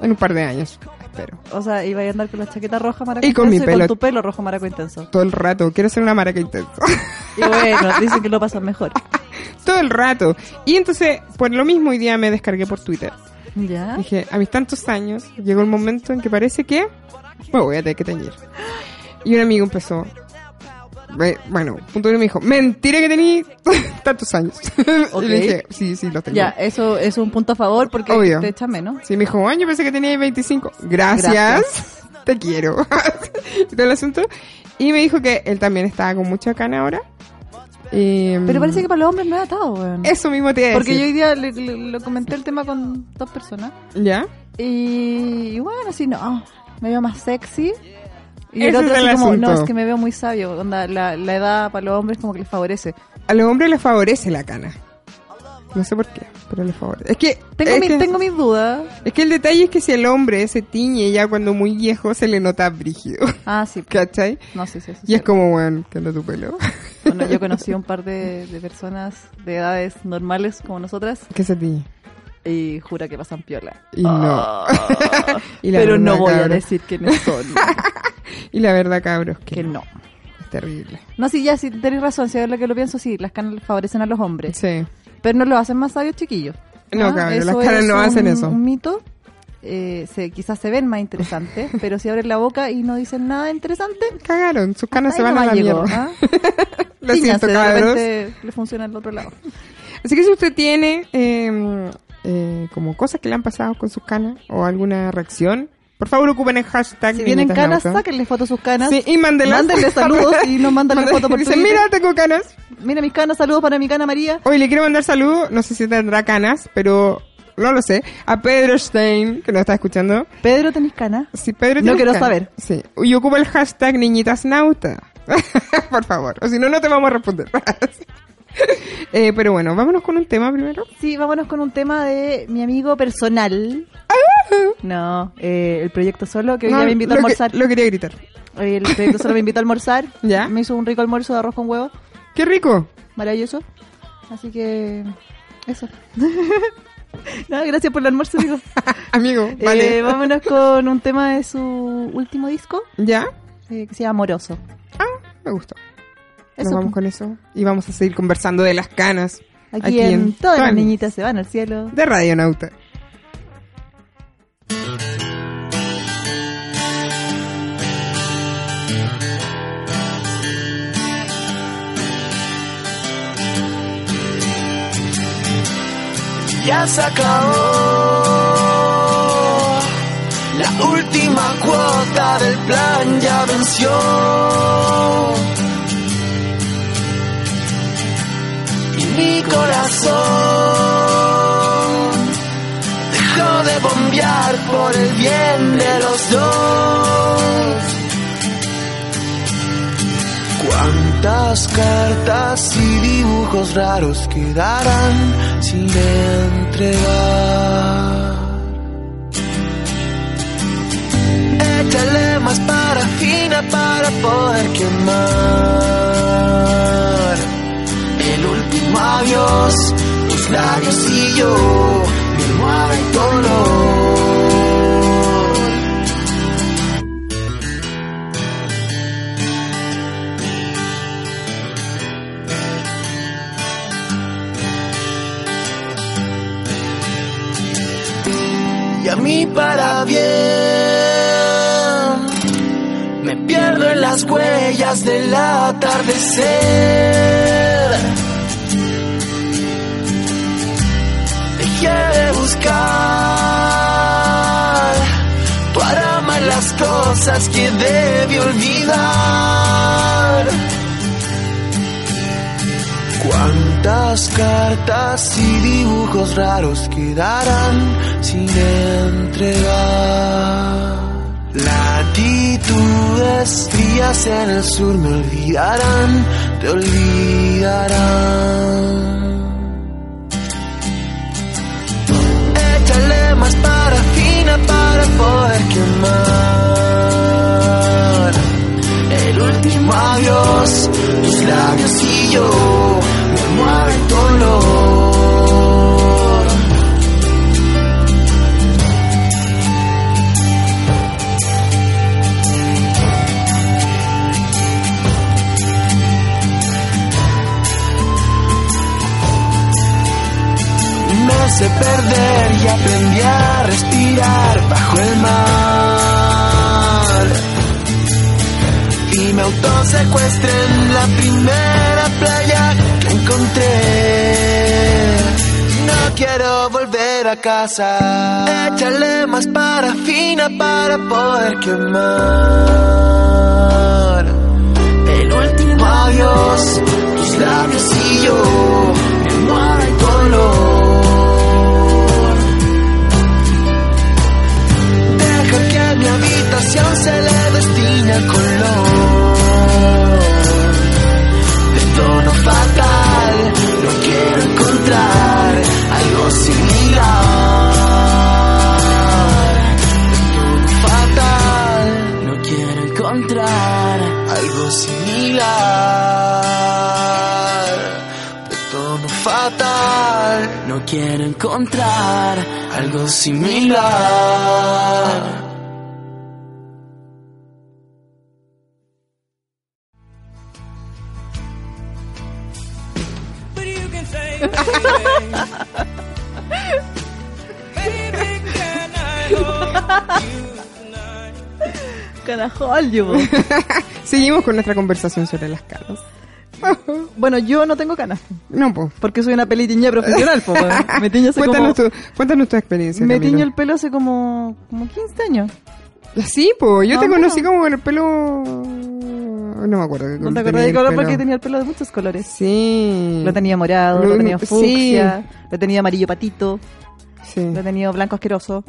S2: En un par de años, espero.
S3: O sea, iba a andar con la chaqueta roja maraco
S2: Y con mi
S3: intenso
S2: pelo.
S3: y con tu pelo rojo maraco intenso.
S2: Todo el rato, quiero ser una maraca intensa.
S3: Y bueno, dicen que lo pasan mejor.
S2: *laughs* Todo el rato. Y entonces, por lo mismo, hoy día me descargué por Twitter.
S3: ¿Ya?
S2: Dije, a mis tantos años, llegó el momento en que parece que me voy a tener que teñir. Y un amigo empezó. eh, Bueno, punto uno me dijo, mentira que tení *laughs* tantos años. *laughs*
S3: Ok.
S2: Y le dije, sí, sí, los tengo.
S3: Ya, eso es un punto a favor porque
S2: Obvio.
S3: te echan menos.
S2: Sí, me dijo, ay, yo pensé que tenía 25. Gracias.
S3: Gracias.
S2: *laughs* Te quiero. y todo el asunto. Y me dijo que él también estaba con mucha cana ahora. Y,
S3: Pero parece que para los hombres no es atado, weón.
S2: Eso mismo te iba a
S3: Porque yo
S2: decir.
S3: hoy día le, le- lo comenté el tema con dos personas.
S2: ¿Ya?
S3: Y, y bueno, así no, me veo más sexy. Y el
S2: Ese
S3: otro
S2: es el
S3: así como, no,
S2: asunto.
S3: es que me veo muy sabio. Onda, la, la edad para los hombres como que les favorece.
S2: A los hombres les favorece la cana. No sé por qué, pero les favorece. Es que...
S3: Tengo,
S2: es
S3: mi-
S2: que-
S3: tengo mis dudas.
S2: Es que el detalle es que si el hombre se tiñe ya cuando muy viejo, se le nota brígido. *laughs*
S3: Ah, sí.
S2: ¿Cachai?
S3: No, sí, sí. sí,
S2: Y es
S3: sí.
S2: como, bueno, que anda tu pelo. *laughs*
S3: Bueno, yo conocí a un par de, de personas de edades normales como nosotras
S2: que se tiñe.
S3: y jura que pasan piola. Ah.
S2: Y no. *laughs* Y la
S3: Pero no
S2: verdad,
S3: voy a
S2: cabros.
S3: decir quiénes
S2: *laughs*
S3: son.
S2: Y la verdad, cabros, que,
S3: que no.
S2: es terrible.
S3: No, sí, ya, sí, tenés razón. Si es lo que lo pienso, sí, las canas favorecen a los hombres.
S2: Sí.
S3: Pero no lo hacen más sabios chiquillos.
S2: No,
S3: ¿Ah?
S2: cabrón,
S3: Eso
S2: las caras
S3: es
S2: no hacen
S3: un-
S2: eso.
S3: un mito. Eh, se, quizás se ven
S2: *laughs*
S3: más interesantes, pero si abren la boca y no dicen nada interesante,
S2: Cagaron, sus canas se
S3: ahí
S2: van a
S3: nomás
S2: la
S3: llegó,
S2: mierda.
S3: ¿ah?
S2: *laughs* Lo siento,
S3: Tíñanse, de
S2: cabros.
S3: repente le funciona al otro lado.
S2: Así que si usted tiene eh, eh, como cosas que le han pasado con sus canas o alguna reacción, por favor ocupen el hashtag.
S3: Si tienen
S2: Niñitas
S3: canas,
S2: Nauta.
S3: sáquenle fotos a sus canas.
S2: Sí, y mándenlas. *laughs*
S3: Mándenle saludos y nos mandan la
S2: Mándenle-
S3: foto por
S2: Dicen,
S3: Twitter.
S2: mira, tengo canas.
S3: Mira mis canas, saludos para mi cana María.
S2: Hoy le quiero mandar saludos, no sé si tendrá canas, pero no lo sé, a Pedro Stein, que nos está escuchando.
S3: Pedro, ¿tenés cana?
S2: Sí, Pedro
S3: No
S2: tienes
S3: quiero
S2: canas.
S3: saber.
S2: Sí. Y ocupa el hashtag niñitas nauta. *laughs* Por favor, o si no, no te vamos a responder. *laughs* Eh, pero bueno, vámonos con un tema primero.
S3: Sí, vámonos con un tema de mi amigo personal. No, eh, el proyecto solo, que hoy
S2: Ah. No,
S3: día me invitó a
S2: Ah, lo que-
S3: almorzar.
S2: lo quería gritar.
S3: Oye, El proyecto solo me invitó a almorzar.
S2: *laughs* Ya.
S3: Me hizo un rico almuerzo de arroz con huevo.
S2: ¡Qué rico!
S3: Maravilloso. Así que. Eso. *laughs* no, gracias por el almuerzo, digo.
S2: Amigo,
S3: Eh,
S2: *laughs* vale.
S3: vámonos con un tema de su último disco,
S2: ¿Ya?
S3: eh, que se llama Amoroso.
S2: Ah, me gustó. nos
S3: Eso. Eso,
S2: vamos
S3: pues.
S2: con eso. Y vamos a seguir conversando de las canas.
S3: Aquí, en, todas las
S2: Tuanis,
S3: niñitas se van
S2: *laughs*
S3: al cielo.
S2: De Radio Nauta.
S5: Ya se acabó. La última cuota del plan ya venció. Y mi corazón dejó de bombear por el bien de los dos. Cuántas cartas y dibujos raros quedarán sin entregar. Échale más parafina para poder quemar. El último adiós, tus labios y yo, mi almohada y tu olor. y a mí para bien. Me pierdo en las huellas del atardecer. Dejé de buscar tu aroma en las cosas que debí olvidar. Cuántas cartas y dibujos raros quedarán sin entregar. Latitudes frías en el sur me olvidarán, te olvidarán. Échale más parafina para poder quemar el último adiós, tus labios y yo, me almohada y tu olor. Me sé perder y aprendí a respirar bajo el mar y me autosecuestré en la primera playa que encontré. No quiero volver a casa. Échale más parafina para poder quemar. El último adiós, tus labios y yo, mi almohada y tu olor. Deja que a mi habitación se le destine el color De tono fatal No quiero encontrar algo similar De tono fatal No quiero encontrar algo similar De tono fatal No quiero encontrar algo similar
S3: Canajol, yo.
S2: Seguimos con nuestra conversación sobre las canas.
S3: *laughs* bueno, yo no tengo canas.
S2: No, pues.
S3: Porque soy una peli tiñera profesional,
S2: *laughs*
S3: po, weón. Me tiño hace como...
S2: Cuéntanos, tu, cuéntanos tu experiencia.
S3: Me
S2: Camilo.
S3: tiño el pelo hace como, como 15 años.
S2: Sí, pues. Yo
S3: No,
S2: te
S3: no.
S2: conocí como con el pelo. No me acuerdo. qué
S3: No te
S2: tenía
S3: acordás de
S2: el
S3: color
S2: pelo.
S3: porque tenía el pelo de muchos colores.
S2: Sí.
S3: Lo tenía morado,
S2: Lo-
S3: lo tenía
S2: sí.
S3: fucsia, lo tenía amarillo patito,
S2: Sí.
S3: lo tenía
S2: *laughs*
S3: blanco asqueroso.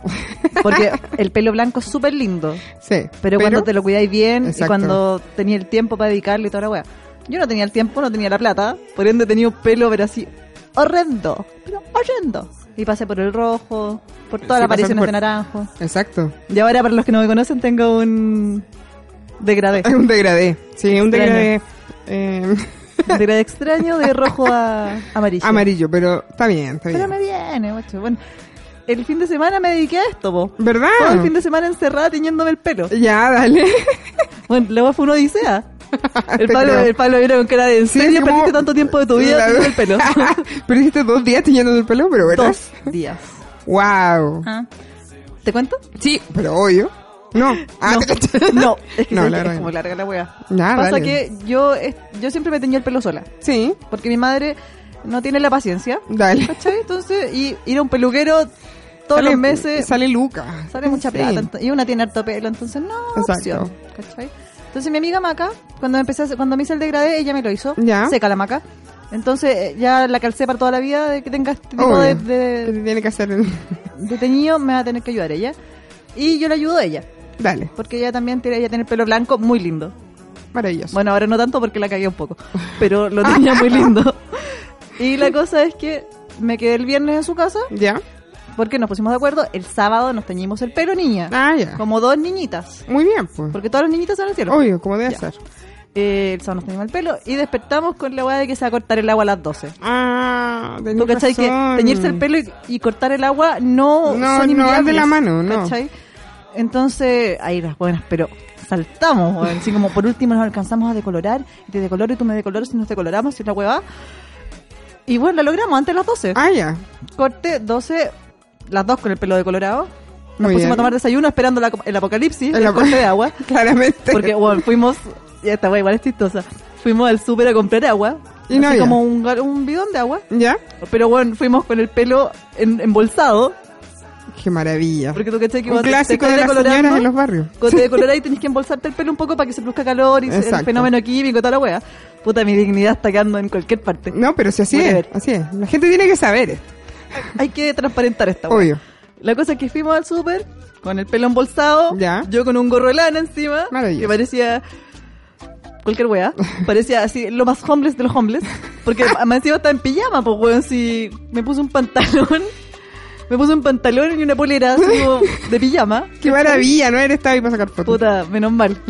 S3: Porque el pelo blanco es súper lindo,
S2: sí.
S3: pero, cuando te lo cuidáis bien
S2: Exacto.
S3: y cuando tenía el tiempo para dedicarle y toda la wea. Yo no tenía el tiempo, no tenía la plata, por ende tenía un pelo pero así horrendo, pero horrendo. Y pasé por el rojo,
S2: Sí,
S3: por todas las
S2: pasaste
S3: apariciones
S2: por-
S3: de naranjo.
S2: Exacto. *laughs*
S3: Y ahora para los que no me conocen tengo un
S2: *laughs*
S3: degradé.
S2: Es un degradé. Sí, un
S3: Extraño.
S2: degradé. eh,
S3: Un degradé extraño de rojo a amarillo.
S2: amarillo, pero está bien, está
S3: Pero
S2: bien.
S3: me viene, macho. Bueno, el fin de semana me dediqué a esto, po.
S2: ¿Verdad?
S3: Todo el fin de semana encerrada tiñéndome el pelo.
S2: Ya, dale.
S3: Bueno, luego fue una odisea. *laughs* El palo, el palo era con cara de en
S2: Ah, Sí, es
S3: serio,
S2: como-
S3: perdiste tanto tiempo de tu vida
S2: La-
S3: teñiendo
S2: *laughs*
S3: el pelo.
S2: pero hiciste dos días teñiendo el pelo, pero ¿verdad?
S3: Dos días.
S2: Wow.
S3: Ah. ¿Te cuento?
S2: Sí, pero obvio.
S3: *laughs*
S2: No. Ah,
S3: no,
S2: te caché.
S3: no, es que
S2: No,
S3: es,
S2: la verdad.
S3: como larga la wea.
S2: Ya,
S3: Pasa
S2: dale.
S3: que yo, es- yo siempre me teñía el pelo sola,
S2: Sí,
S3: porque mi madre no tiene la paciencia,
S2: dale.
S3: ¿cachai? Entonces, y ir a un peluquero todos
S2: Sale-
S3: los meses
S2: Sale Luca.
S3: sale mucha
S2: Sí.
S3: plata ento- y una tiene harto pelo, entonces no,
S2: Exacto.
S3: opción, ¿cachai? Entonces mi amiga Maca, cuando me empecé a hacer- cuando me hice el degradé, ella me lo hizo,
S2: Ya.
S3: seca la Maca. Entonces eh, ya la calcé para toda la vida de que tenga este tipo
S2: Obvio.
S3: de,
S2: ¿Qué
S3: de,
S2: te tiene que hacer? el- *laughs*
S3: de teñido, me va a tener que ayudar ella. Y yo le ayudo a ella,
S2: Dale,
S3: porque ella también tiene, ella tiene el pelo blanco muy lindo.
S2: maravilloso.
S3: Bueno, ahora no tanto porque la cagué un poco, pero lo tenía
S2: *laughs*
S3: muy lindo. Y la cosa es que me quedé el viernes en su casa
S2: ¿Ya?
S3: porque nos pusimos de acuerdo. El sábado nos teñimos el pelo, niña.
S2: Ah, ya.
S3: Como dos niñitas.
S2: Muy bien, pues.
S3: Porque todas las niñitas son al cielo.
S2: Obvio, como debe
S3: Ya.
S2: ser.
S3: Eh, el sábado nos teníamos el pelo y despertamos con la weá de que se va a cortar el agua a las 12.
S2: Ah,
S3: ¿Tú cachai que teñirse el pelo y, y cortar el agua no,
S2: No,
S3: son
S2: no
S3: inviables,
S2: van de la mano, no.
S3: ¿cachai? Entonces, ahí las buenas, pero saltamos, weón. así como por último nos alcanzamos a decolorar, y te decoloro y tú me decoloras y nos decoloramos y la hueva. Y bueno, la logramos antes de las 12.
S2: Ah, ya.
S3: Corte 12, las dos con el pelo decolorado. Nos
S2: Muy
S3: pusimos
S2: bien.
S3: a tomar desayuno esperando la- el apocalipsis,
S2: El
S3: el,
S2: apo-
S3: corte
S2: *laughs*
S3: de agua.
S2: Claramente. *laughs*
S3: *laughs* Porque, bueno, fuimos, ya esta wea igual es chistosa, fuimos al súper a comprar agua,
S2: Y no
S3: así
S2: había.
S3: como un, gal- un bidón de agua,
S2: ¿Ya?
S3: pero bueno, fuimos con el pelo en- embolsado,
S2: Qué maravilla.
S3: porque tú cachai que
S2: Un
S3: cuando te-
S2: clásico
S3: te
S2: de
S3: estás
S2: las
S3: decolorando,
S2: señoras de los barrios.
S3: Cuando te decoloras y tenés que embolsarte el pelo un poco para que se produzca calor y se-
S2: Exacto.
S3: el fenómeno químico, toda la wea. Puta, mi dignidad está quedando en cualquier parte.
S2: No, pero si así
S3: Whatever.
S2: es, así es. La gente tiene que saber esto,
S3: Hay que transparentar esta wea.
S2: obvio.
S3: La cosa es que fuimos al súper con el pelo embolsado,
S2: Ya.
S3: yo con un gorro de lana encima,
S2: Maravilloso.
S3: que parecía cualquier wea, parecía así lo más homeless de los homeless,
S2: *laughs*
S3: porque además encima estaba en pijama, pues weón, si me puse un pantalón, me puse un pantalón y una polera así como de pijama,
S2: Qué maravilla, no haber estado ahí para sacar fotos.
S3: puta,
S2: *laughs*
S3: menos mal.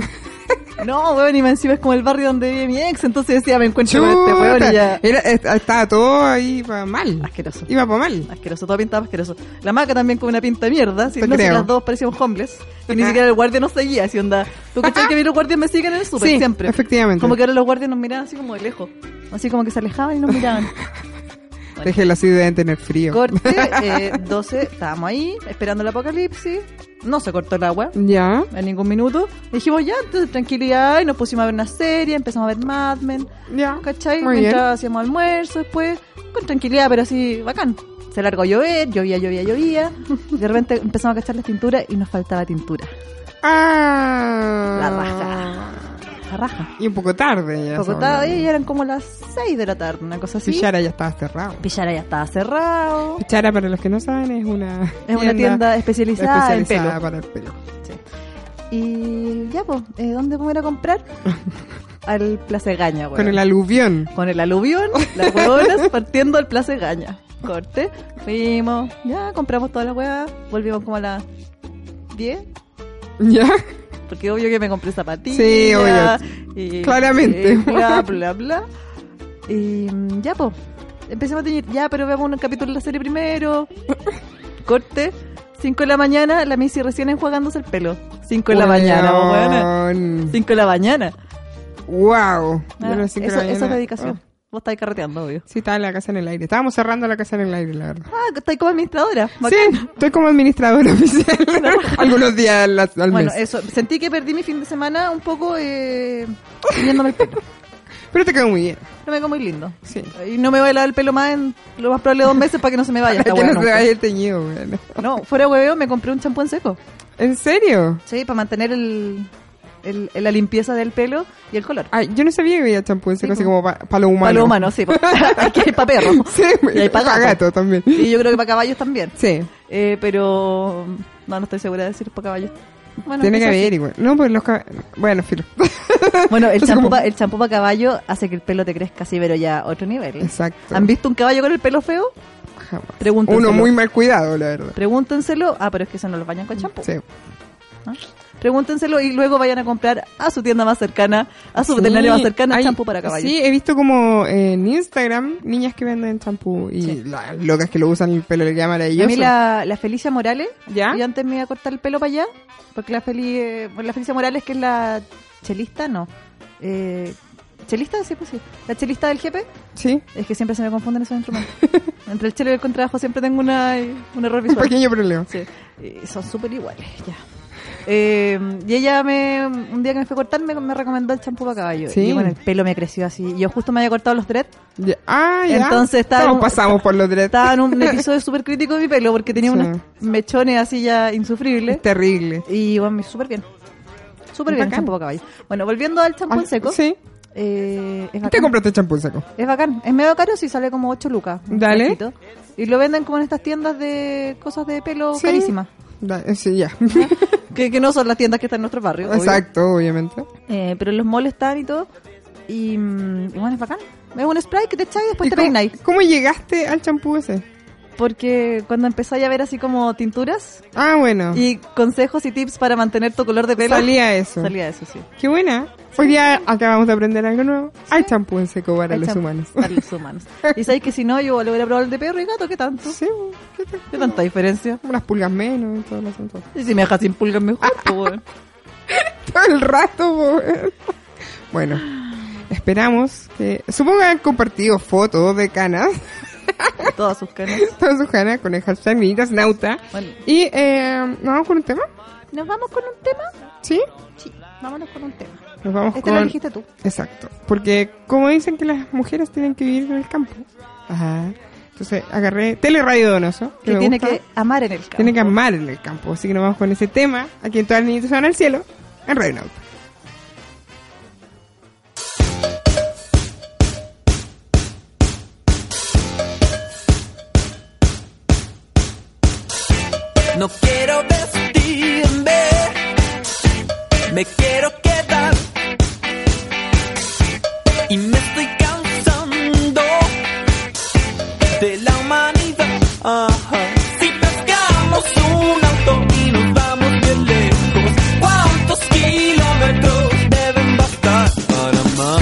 S3: No, weón, y más encima es como el barrio donde vive mi ex, entonces decía, me encuentro con este weón
S2: Chuta,
S3: y ya...
S2: era- est- estaba todo ahí para mal.
S3: Asqueroso.
S2: Iba para mal.
S3: Asqueroso, todo pintaba asqueroso. La maca también con una pinta de mierda. Si
S2: Te
S3: no, si
S2: creo.
S3: las dos parecíamos homeless. Y ni
S2: Ajá.
S3: siquiera el guardia nos seguía. Así onda. ¿Tú cachai que a mí los guardias me siguen en el súper
S2: Sí,
S3: siempre?
S2: efectivamente.
S3: Como que ahora los guardias nos miraban así como de lejos. Así como que se alejaban y
S2: *laughs*
S3: nos miraban.
S2: Déjelo así, deben tener frío. *laughs*
S3: Corte, eh, 12, estábamos ahí, esperando el apocalipsis. No se cortó el agua
S2: ¿Ya?
S3: en ningún minuto. Dijimos ya, entonces tranquilidad. Y nos pusimos a ver una serie, empezamos a ver Mad Men.
S2: Ya.
S3: ¿Cachai?
S2: Muy
S3: Mientras
S2: bien.
S3: hacíamos almuerzo después, con tranquilidad, pero así, bacán. Se largó a llover, llovía, llovía, llovía. Y de repente empezamos a cachar las tinturas y nos faltaba tintura.
S2: Ah.
S3: La raja. La raja.
S2: Y un poco tarde ya.
S3: Poco
S2: se
S3: tarde,
S2: volvió.
S3: y eran como las 6 de la tarde, una cosa así.
S2: Pichara ya estaba cerrado.
S3: Pillara ya estaba cerrado.
S2: Pichara, para los que no saben, es una.
S3: Es una tienda especializada,
S2: especializada
S3: en pelo.
S2: para el pelo.
S3: Y ya, pues, eh, ¿dónde vamos a ir
S2: *laughs*
S3: a comprar? Al Place Gaña, güey.
S2: Con el aluvión.
S3: con el aluvión, las huevonas
S2: *laughs*
S3: partiendo al Place Gaña. Corte, fuimos, ya compramos toda la hueá, volvimos como a las 10,
S2: ¿Ya?
S3: porque obvio que me compré zapatillas.
S2: Sí, obvio.
S3: y-
S2: Claramente. *laughs*
S3: y bla, bla, bla. Y mm, ya, pues, empecemos a teñir, ya, pero veamos un capítulo de la
S2: *laughs*
S3: serie primero. Corte, 5 de la mañana, la Missy recién enjuagándose el pelo. 5 de la mañana, po, huevona. 5 de la mañana.
S2: Wow.
S3: Ah, eso, eso es
S2: Ah.
S3: dedicación. Vos estáis carreteando, obvio.
S2: Sí, estaba en la casa en el aire. Estábamos cerrando la casa en el aire, la verdad.
S3: Ah, estáis como administradora. bacán.
S2: Sí, estoy como administradora *laughs* oficial. Algunos días al, al mes.
S3: Bueno, eso. Sentí que perdí mi fin de semana un poco eh, tiñéndome el pelo.
S2: Pero te quedó muy bien.
S3: Pero me quedó muy lindo.
S2: Sí.
S3: Y no me voy a lavar el pelo más en lo más probable dos meses para que no se me vaya.
S2: Para
S3: esta
S2: *laughs* que
S3: hueá
S2: no se
S3: nunca.
S2: vaya el teñido, weón.
S3: No, fuera hueveo me compré un champú en seco.
S2: ¿En serio?
S3: Sí, para mantener el, el- la limpieza del pelo y el color.
S2: Ay, yo no sabía que había champú en seco,
S3: Sí,
S2: así como para lo Ah, humano.
S3: Para lo humano, sí. pues. Aquí hay para perro.
S2: *laughs* Sí,
S3: y hay para
S2: pa' gato también.
S3: Y yo creo que para caballos también.
S2: Sí,
S3: Eh, pero no, no estoy segura de decir para caballos. Bueno,
S2: tiene que
S3: quizás sí.
S2: haber igual. No, pues los cab- Bueno, filo.
S3: Bueno,
S2: *laughs*
S3: el
S2: Así
S3: champú
S2: como-
S3: pa- el champú para caballo hace que el pelo te crezca así, pero ya a otro nivel.
S2: Exacto.
S3: ¿Han visto un caballo con el pelo feo?
S2: Jamás.
S3: Pregúntenselo.
S2: Uno muy mal cuidado, la verdad.
S3: Pregúntenselo. Ah, pero es que eso no los bañan con champú.
S2: Sí.
S3: ¿no? Pregúntenselo y luego vayan a comprar a su tienda más cercana, a su veterinario
S2: Sí,
S3: más cercana,
S2: hay-
S3: champú para caballo.
S2: Sí, he visto como eh, en Instagram niñas que venden champú y las locas que lo usan el pelo le queda maravilloso.
S3: A mí la, la Felicia Morales,
S2: ¿Ya?
S3: yo antes me iba a cortar el pelo para allá, porque la, Feli, eh, bueno, la Felicia Morales, que es la chelista, no, Eh, ¿Chelista? Sí, pues sí. ¿La chelista del jefe?
S2: Sí,
S3: Es que siempre se me confunden
S2: *laughs*
S3: esos instrumentos. Entre el chelo y el contrabajo siempre tengo una, un error
S2: un
S3: visual.
S2: pequeño problema.
S3: Sí. Y son súper iguales, ya. Eh, y ella me, un día que me fue a cortar me, me recomendó el champú para caballo.
S2: Sí.
S3: Y bueno, el pelo me creció así. Yo justo me había cortado los dreads.
S2: Ya- Ah, ya.
S3: Entonces estaba
S2: Todos
S3: en un-
S2: pasamos por los dreads.
S3: Estaba
S2: *laughs*
S3: en un episodio súper crítico de mi pelo porque tenía
S2: Sí.
S3: unos mechones así ya insufribles.
S2: Es terrible.
S3: Y bueno, me- súper bien. Súper bien el
S2: Bacán.
S3: champú para caballo. Bueno, volviendo al champú en
S2: Ah,
S3: seco.
S2: Sí.
S3: eh, es
S2: Te
S3: bacán.
S2: compraste champú en seco.
S3: Es bacán. Es medio caro si sale como 8 lucas. un
S2: Dale.
S3: frasquito. Y lo venden como en estas tiendas de cosas de pelo
S2: Sí.
S3: carísimas.
S2: Da- eh,
S3: *laughs*
S2: Sí, ya.
S3: Que, que no son las tiendas que están en nuestro barrio. obvio.
S2: Exacto, obviamente.
S3: Eh, pero los malls están y todo. Y, mm, y bueno, es bacán. Es un spray que te echáis y después
S2: ¿Y
S3: Pues te
S2: cómo-
S3: peináis.
S2: ¿Cómo llegaste al champú ese?
S3: Porque cuando empezáis a ver así como tinturas
S2: Ah, bueno.
S3: y consejos y tips para mantener tu color de pelo.
S2: Salía eso.
S3: Salía eso, sí.
S2: Qué buena. Hoy día acabamos de aprender algo nuevo. Hay champú en seco para
S3: Hay
S2: los
S3: champú
S2: humanos.
S3: Para los humanos. Y sabéis que si no, yo lo hubiera probado el de perro y gato, ¿qué tanto?
S2: *laughs* Sí, ¿qué tal?
S3: ¿Qué tanta diferencia?
S2: Unas pulgas menos y todo el asunto.
S3: Y si me dejas sin pulgas mejor, pues, bueno.
S2: *laughs* Todo el rato, po. Bueno, esperamos que... Supongo que han compartido fotos de canas,
S3: *laughs* Todas sus canas.
S2: *laughs* todas sus canas, con el hashtag Niñitas Nauta.
S3: Bueno.
S2: Y eh, nos vamos con un tema,
S3: ¿Nos vamos con un tema?
S2: ¿sí?
S3: Sí, vámonos con un tema.
S2: Nos vamos
S3: Este
S2: con...
S3: lo dijiste tú.
S2: Exacto. Porque como dicen que las mujeres tienen que vivir en el campo. Ajá. Entonces agarré Teleradio Donoso.
S3: Que
S2: me
S3: tiene
S2: gusta.
S3: que amar en el campo.
S2: Tiene que amar en el campo. Así que nos vamos con ese tema. Aquí en todas las niñitas se van al cielo. En Radio Nauta.
S5: No quiero vestirme, me quiero quedar. Y me estoy cansando de la humanidad. Ajá. Si pescamos un auto y nos vamos bien lejos, ¿cuántos kilómetros deben bastar para amar?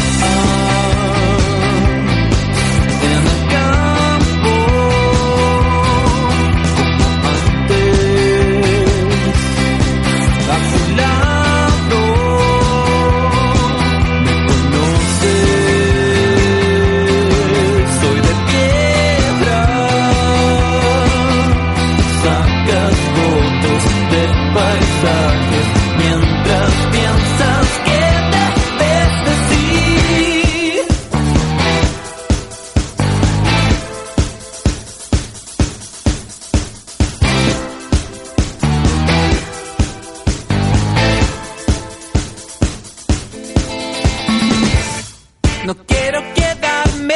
S5: En el campo antes. A su lado me conoces. Soy de piedra. Sacas fotos de paisajes mientras piensas que debes decir. No quiero quedarme,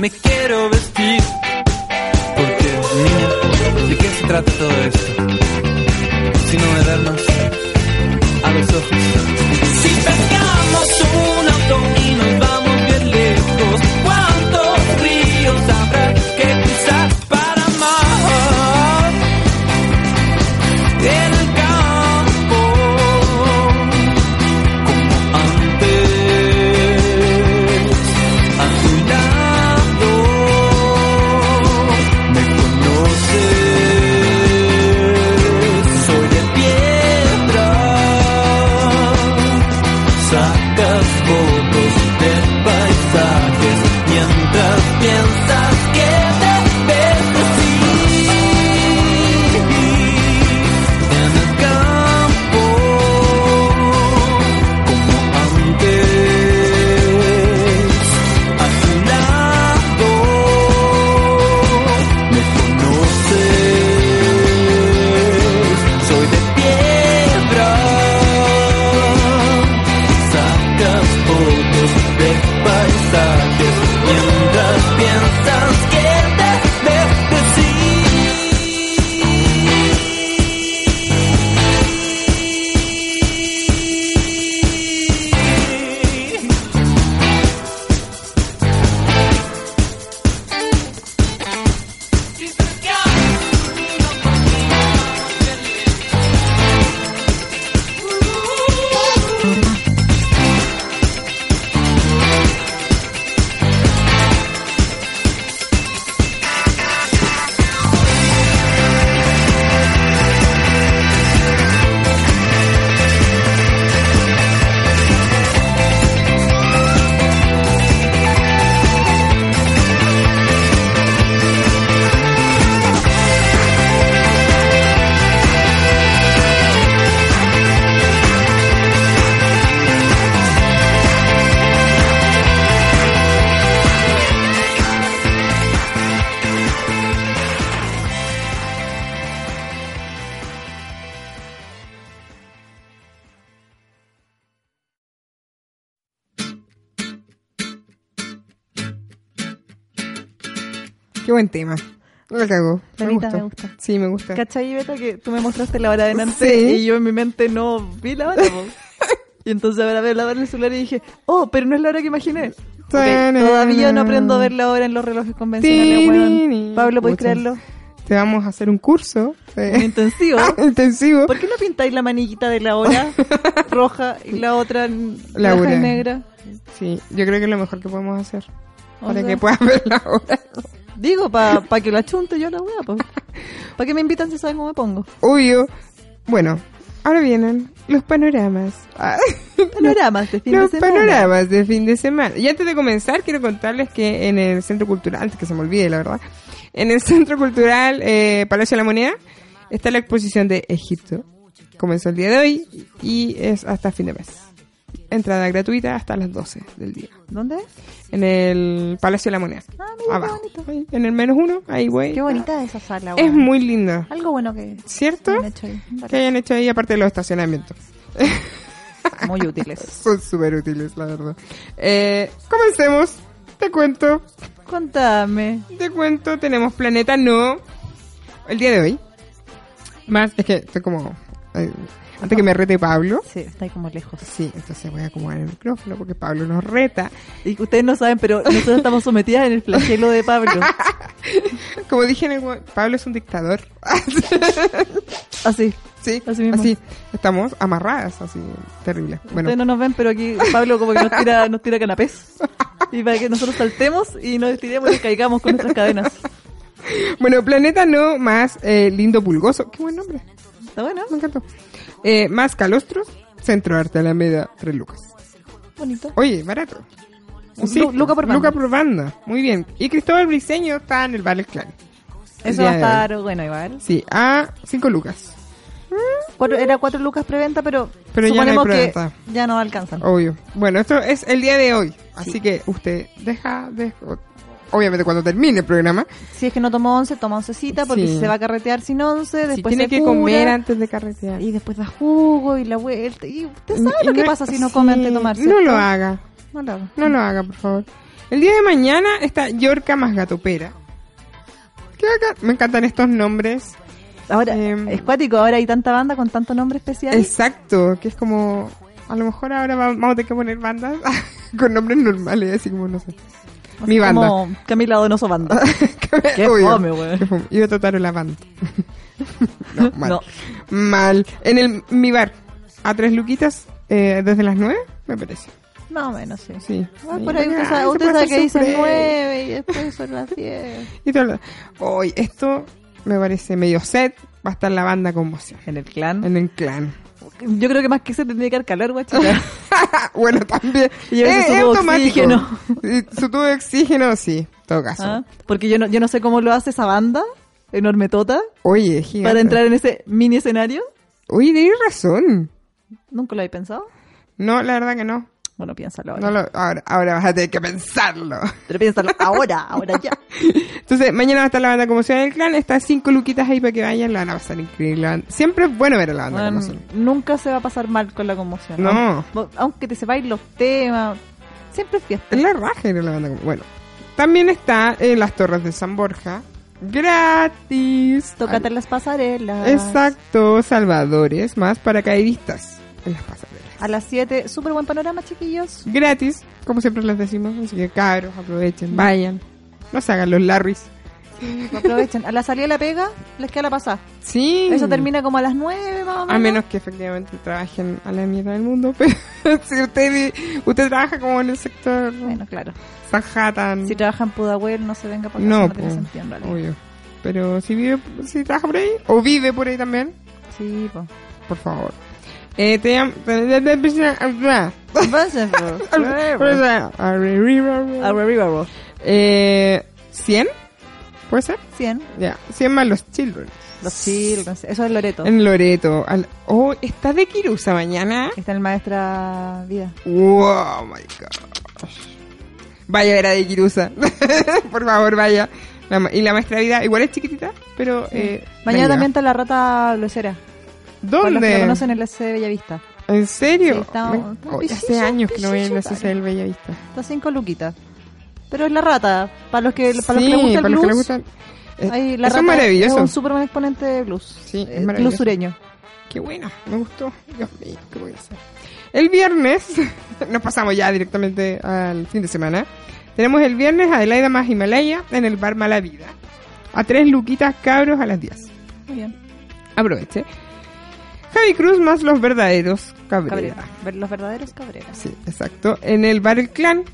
S5: me quiero vestir. Porque, niña, ¿de qué se trata todo esto? Si no de vernos a los ojos. Si pescamos un auto y nos vamos bien lejos, ¿cuántos ríos habrá que cruzar para amar? En el campo antes. A tu lado me conoces. Soy de piedra. Sacas fotos de paisajes mientras piensas que debes decir. En el campo como antes. A tu lado me conoces. Soy de piedra. Sacas fotos de paisajes mientras piensas que debes decir.
S2: Qué buen tema. La cagó. Me
S3: Lanita,
S2: gustó.
S3: me gusta.
S2: Sí, me gusta.
S3: ¿Cachai, Beta, que tú me mostraste la hora adelante
S2: Sí.
S3: y yo en mi mente no vi la hora? *laughs* po? y entonces ahora veo la hora en el celular y dije, oh, pero no es la hora que imaginé. Ok, todavía no aprendo a ver la hora en los relojes convencionales, weón. Pablo, ¿puedes
S2: Pucha.
S3: creerlo?
S2: Te vamos a hacer un curso
S3: Un
S2: eh,
S3: intensivo.
S2: *laughs* intensivo.
S3: ¿Por qué no pintáis la manillita de
S2: *laughs*
S3: la hora roja y la otra en-
S2: La
S3: roja y
S2: hora.
S3: negra?
S2: Sí, yo creo que es lo mejor que podemos hacer.
S3: O
S2: para
S3: sea,
S2: que puedas ver la hora.
S3: Digo, para que lo achunte yo a la weá, pues. ¿Para que me invitan si saben cómo me pongo?
S2: Obvio. Bueno, ahora vienen los
S3: *laughs*
S2: panoramas. Ah.
S3: Panoramas de este fin de
S2: Los
S3: semana.
S2: panoramas de fin de semana. Y antes de comenzar, quiero contarles que en el Centro Cultural, antes que se me olvide, la verdad, en el *laughs* Centro Cultural eh, Palacio de la Moneda está la exposición de Egipto. Comenzó el día de hoy y es hasta fin de mes. Entrada gratuita hasta las 12 del día.
S3: ¿Dónde es?
S2: En el Palacio de la Moneda.
S3: Ah, mira, qué
S2: Abajo.
S3: bonito.
S2: Ahí, En el menos uno, ahí güey.
S3: Qué bonita esa sala,
S2: Es
S3: weón.
S2: muy linda.
S3: Algo bueno que
S2: ¿Cierto?
S3: han hecho ahí.
S2: Que hayan hecho ahí aparte de los estacionamientos.
S3: *laughs* Muy útiles.
S2: *laughs* Son súper útiles, la verdad. Eh, comencemos. Te cuento.
S3: Contame.
S2: Te cuento. Tenemos Planeta No. El día de hoy. Más. Es que estoy como. eh, antes que me rete Pablo.
S3: Sí, está ahí como lejos.
S2: Sí, entonces voy a acomodar el micrófono porque Pablo nos reta.
S3: Y ustedes no saben, pero nosotros estamos sometidas en el flagelo de Pablo.
S2: Como dije en el. we- Pablo es un dictador. Ah,
S3: Así.
S2: sí,
S3: Así mismo.
S2: Estamos amarradas, así. Terrible. Bueno,
S3: Ustedes no nos ven, pero aquí Pablo como que nos tira, nos tira canapés. Y para que nosotros saltemos y nos estiremos y caigamos con nuestras cadenas.
S2: bueno Planeta No más eh, Lindo Pulgoso. Qué buen nombre.
S3: ¿Está bueno?
S2: Me encantó. Eh, más Calostros. Centro Arte Alameda, 3 lucas.
S3: Bonito.
S2: Oye, barato.
S3: Lu-
S2: Sí,
S3: Luca por banda.
S2: Luca por banda. Muy bien. Y Cristóbal Briseño está en el Ballet Clan. El
S3: Eso
S2: día
S3: va a
S2: de hoy.
S3: estar bueno igual.
S2: Sí, a 5 lucas.
S3: Cuatro- era cuatro lucas preventa, pero,
S2: Pero ya no hay
S3: suponemos
S2: preventa.
S3: que ya no alcanzan.
S2: Obvio. Bueno, esto es el día de hoy. Así que usted deja de... o- Obviamente cuando termine el programa.
S3: Si es que no tomó once, toma oncecita porque
S2: Sí.
S3: se va a carretear sin once,
S2: si
S3: después
S2: tiene
S3: se
S2: que
S3: cura.
S2: comer antes de carretear.
S3: y después da jugo y la vuelta. Y usted sabe
S2: Y
S3: lo que
S2: no-
S3: pasa si no come
S2: sí,
S3: antes de tomarse.
S2: No lo haga.
S3: No lo hago.
S2: No lo haga, por favor. El día de mañana está Yorca más Gatopera. Qué bacán. Me encantan estos nombres.
S3: Ahora,
S2: Em.
S3: es cuático, ahora hay tanta banda con tanto nombre especial.
S2: Exacto, que es como. A lo mejor ahora va- vamos a tener que poner bandas *laughs* con nombres normales, así como no sé.
S3: Así
S2: Mi banda. *laughs*
S3: Como Camila Donoso Banda. Qué
S2: Obvio.
S3: fome, weón.
S2: Qué fome. Iba a tocar la banda. *laughs* no, mal.
S3: No.
S2: Mal. En el, mi bar, a tres luquitas, eh, desde las nueve, me parece.
S3: Más o menos, sí.
S2: Sí.
S3: Ah,
S2: Sí,
S3: por
S2: porque,
S3: ahí usted
S2: ay,
S3: sabe,
S2: se
S3: usted
S2: puede
S3: sabe
S2: hacer
S3: que dicen
S2: sufrir.
S3: nueve y después son las diez.
S2: Y todo lo- Hoy, esto me parece medio set. Va a estar la banda conmoción.
S3: En el clan.
S2: En el clan. *laughs*
S3: Yo creo que más que se tendría que dar calor, *laughs* guachita.
S2: bueno, también.
S3: Y ese
S2: Es-
S3: tubo
S2: es
S3: de
S2: automático.
S3: oxígeno.
S2: Y Su tubo de oxígeno, sí. En todo caso.
S3: Ah, Porque yo no, yo no sé cómo lo hace esa banda, enorme tota,
S2: Oye, gigante.
S3: para entrar en ese mini escenario.
S2: Oye, tenés razón.
S3: Nunca lo había *laughs* pensado.
S2: No, la verdad que no.
S3: Bueno, piénsalo ahora.
S2: no lo, ahora, ahora vas a tener que pensarlo.
S3: Pero piénsalo ahora, ahora ya.
S2: *laughs* Entonces, mañana va a estar la banda conmoción del clan. Está cinco luquitas ahí para que vayan. La van a pasar increíble. La banda- Siempre es bueno ver a la banda
S3: Bueno,
S2: conmoción.
S3: nunca se va a pasar mal con la conmoción.
S2: No.
S3: Aun- Aunque te sepáis los temas, siempre es fiesta.
S2: Es la raja ir a la banda conmoción. Bueno, también está eh, las torres de San Borja. Gratis.
S3: Tócate las pasarelas.
S2: Exacto. Salvadores más paracaidistas en las pasarelas.
S3: A las 7, súper buen panorama, chiquillos.
S2: Gratis, como siempre les decimos. Así que cabros, aprovechen,
S3: Mm.
S2: vayan. No se hagan los larris.
S3: Aprovechen. A la salida de la pega, les queda la pasada.
S2: Sí.
S3: Eso termina como a las 9 más o menos.
S2: A menos que efectivamente trabajen a la mierda del mundo, *laughs* pero si usted vi- usted trabaja como en el sector
S3: Bueno, claro.
S2: Manhattan,
S3: Si trabajan en Pudahuel, no se venga para acá.
S2: no,
S3: No, tiene
S2: po,
S3: sentido en realidad.
S2: obvio. Pero si vive, si trabaja por ahí o vive por ahí también,
S3: Sí, po.
S2: por favor. Eh, te llam-
S3: Vayan, *laughs* po. Arriba,
S2: eh, 100 puede ser,
S3: 100.
S2: ya, 100 más los children.
S3: Los children. Eso es Loreto.
S2: En Loreto. Al- oh, está de Kirusa mañana.
S3: Está el maestra vida.
S2: Wow, my God. Vaya, era de Kirusa. Por favor, vaya. La ma- y la maestra vida, igual es chiquitita, pero. eh,
S3: Mañana
S2: la
S3: también está la rata lucera. Para los que la
S2: ¿Dónde?
S3: conocen en la C de Bellavista.
S2: ¿En serio?
S3: Sí, está-
S2: Me-
S3: está
S2: Oye, hace
S3: pichicho,
S2: años que no voy a
S3: pichicho,
S2: la Ciencia del Bellavista.
S3: Está cinco luquitas. Pero es la rata. eh, Para los que, para
S2: Sí,
S3: los que les gusta el
S2: para los que les
S3: blues,
S2: gusta- eh,
S3: ahí la
S2: eso
S3: rata
S2: es maravilloso.
S3: es un súper buen exponente de blues.
S2: Sí, es
S3: Eh, Blues
S2: maravilloso.
S3: sureño.
S2: Qué buena, me gustó. Dios mío, qué buena esa. El viernes, *laughs* nos pasamos ya directamente al fin de semana. Tenemos el viernes Adelaida más Himalaya en el bar Mala Vida. A tres luquitas cabros a las 10.
S3: Muy bien.
S2: Aproveche. Javi Cruz más los verdaderos Cabrera.
S3: Cabrera. Ver- Los verdaderos cabreras.
S2: Sí, exacto. En el bar El Clan.